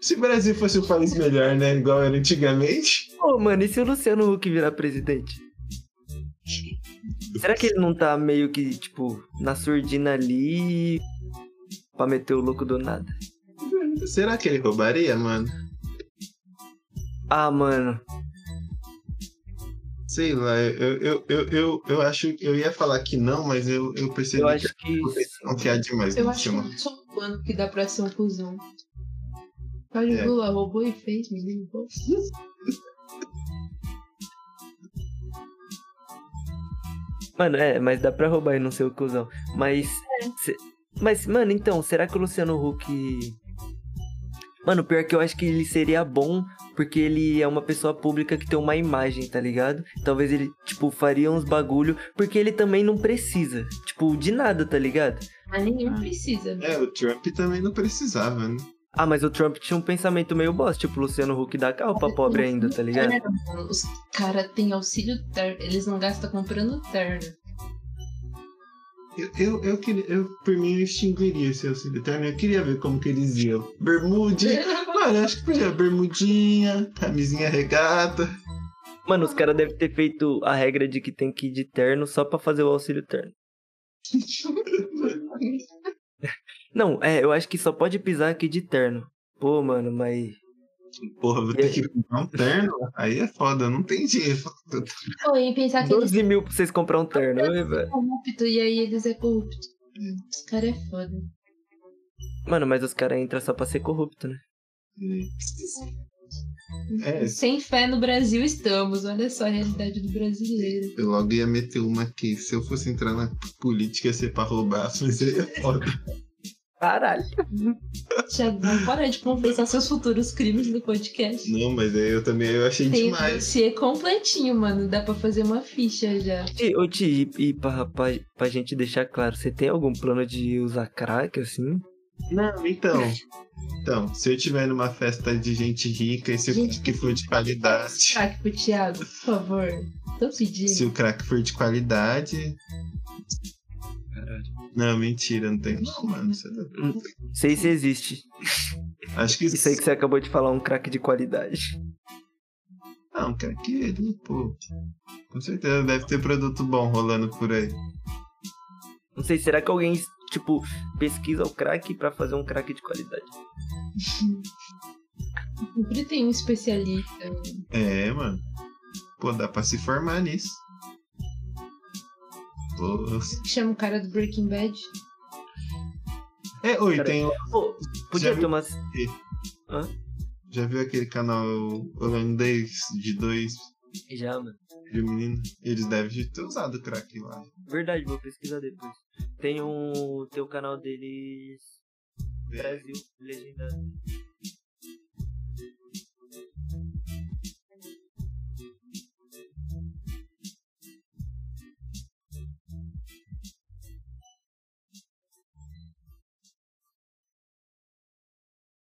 S4: Se o Brasil fosse um país melhor, né? Igual era antigamente.
S5: Ô, mano, e se o Luciano Huck virar presidente? Será que ele não tá meio que, tipo, na surdina ali pra meter o louco do nada?
S4: Será que ele roubaria, mano?
S5: Ah, mano.
S4: Sei lá, eu, eu, eu, eu, eu acho eu ia falar que não, mas eu, eu percebi
S5: Eu acho que.
S4: que confiar demais
S6: Eu
S4: no
S6: acho
S4: Luciano.
S6: que só um plano que dá pra ser um cuzão. Olha
S4: É.
S6: o Lula, roubou e fez, menino.
S5: Mano, é, mas dá pra roubar e não ser o cuzão. Mas. se- Mas, mano, então, será que o Luciano Huck. Mano, pior que eu acho que ele seria bom, porque ele é uma pessoa pública que tem uma imagem, tá ligado? Talvez ele, tipo, faria uns bagulho, porque ele também não precisa, tipo, de nada, tá ligado?
S6: Mas nenhum precisa. né?
S4: É, o Trump também não precisava, né?
S5: Ah, mas o Trump tinha um pensamento meio bosta, tipo, o Luciano Huck dá carro pra pobre ainda, tá ligado?
S6: Terno, mano. Os caras têm auxílio terno. Eles não gastam comprando terno.
S4: Eu, eu, eu, queria, eu por mim, eu extinguiria esse auxílio terno. né? Eu queria ver como que eles iam. Bermudinha. Mano, eu acho que podia. Bermudinha, camisinha regata.
S5: Mano, os caras devem ter feito a regra de que tem que ir de terno só pra fazer o auxílio terno. Não, é, eu acho que só pode pisar aqui de terno. Pô, mano, mas.
S4: Porra, vou ter que comprar um terno? Aí é foda, não tem dinheiro.
S6: Pô, e pensar que eles
S5: 12 mil pra vocês comprar um terno, oi, velho.
S6: são corruptos e aí eles é corrupto. Hum, Os caras é foda.
S5: Mano, mas os caras entram só pra ser corrupto, né?
S4: É,
S6: Sem fé no Brasil estamos. Olha só a realidade do brasileiro.
S4: Eu logo ia meter uma que se eu fosse entrar na política ia ser pra roubar, mas aí é foda.
S5: Caralho.
S6: Tiagão, para de confessar seus futuros crimes no podcast.
S4: Não, mas aí eu também eu achei
S6: Tem o
S4: demais.
S6: dossiê completinho, mano. Dá pra fazer uma ficha já.
S5: Ti, Ô, Ti, e, e pra, pra, pra gente deixar claro, você tem algum plano de usar crack, assim?
S4: Não, então. Então, se eu tiver numa festa de gente rica e se
S6: Gente
S4: o crack for de qualidade.
S6: Crack pro Thiago, por favor. Tô pedindo.
S4: Se o crack for de qualidade. Não, mentira, não tem. Não, mano. você tá-
S5: Não sei se existe.
S4: Acho que
S5: Isso aí que você acabou de falar, um crack de qualidade.
S4: Não, crack ele, pô. Com certeza deve ter produto bom rolando por aí.
S5: Não sei, será que alguém, tipo, pesquisa o crack pra fazer um crack de qualidade?
S6: Sempre tem um especialista.
S4: É, mano. Pô, dá pra se formar nisso. Vou- vou-
S6: Chama o cara do Breaking Bad.
S4: É, oi,
S5: Peraí.
S4: tem.
S5: Pô,
S4: Já
S5: podia
S4: viu?
S5: ter umas.
S4: Já viu aquele canal holandês de dois
S5: Já, mano.
S4: de um menino? Eles devem ter usado crack lá.
S5: Verdade, vou pesquisar depois. um É, Tem um. Tem o canal deles. Brasil, legendado.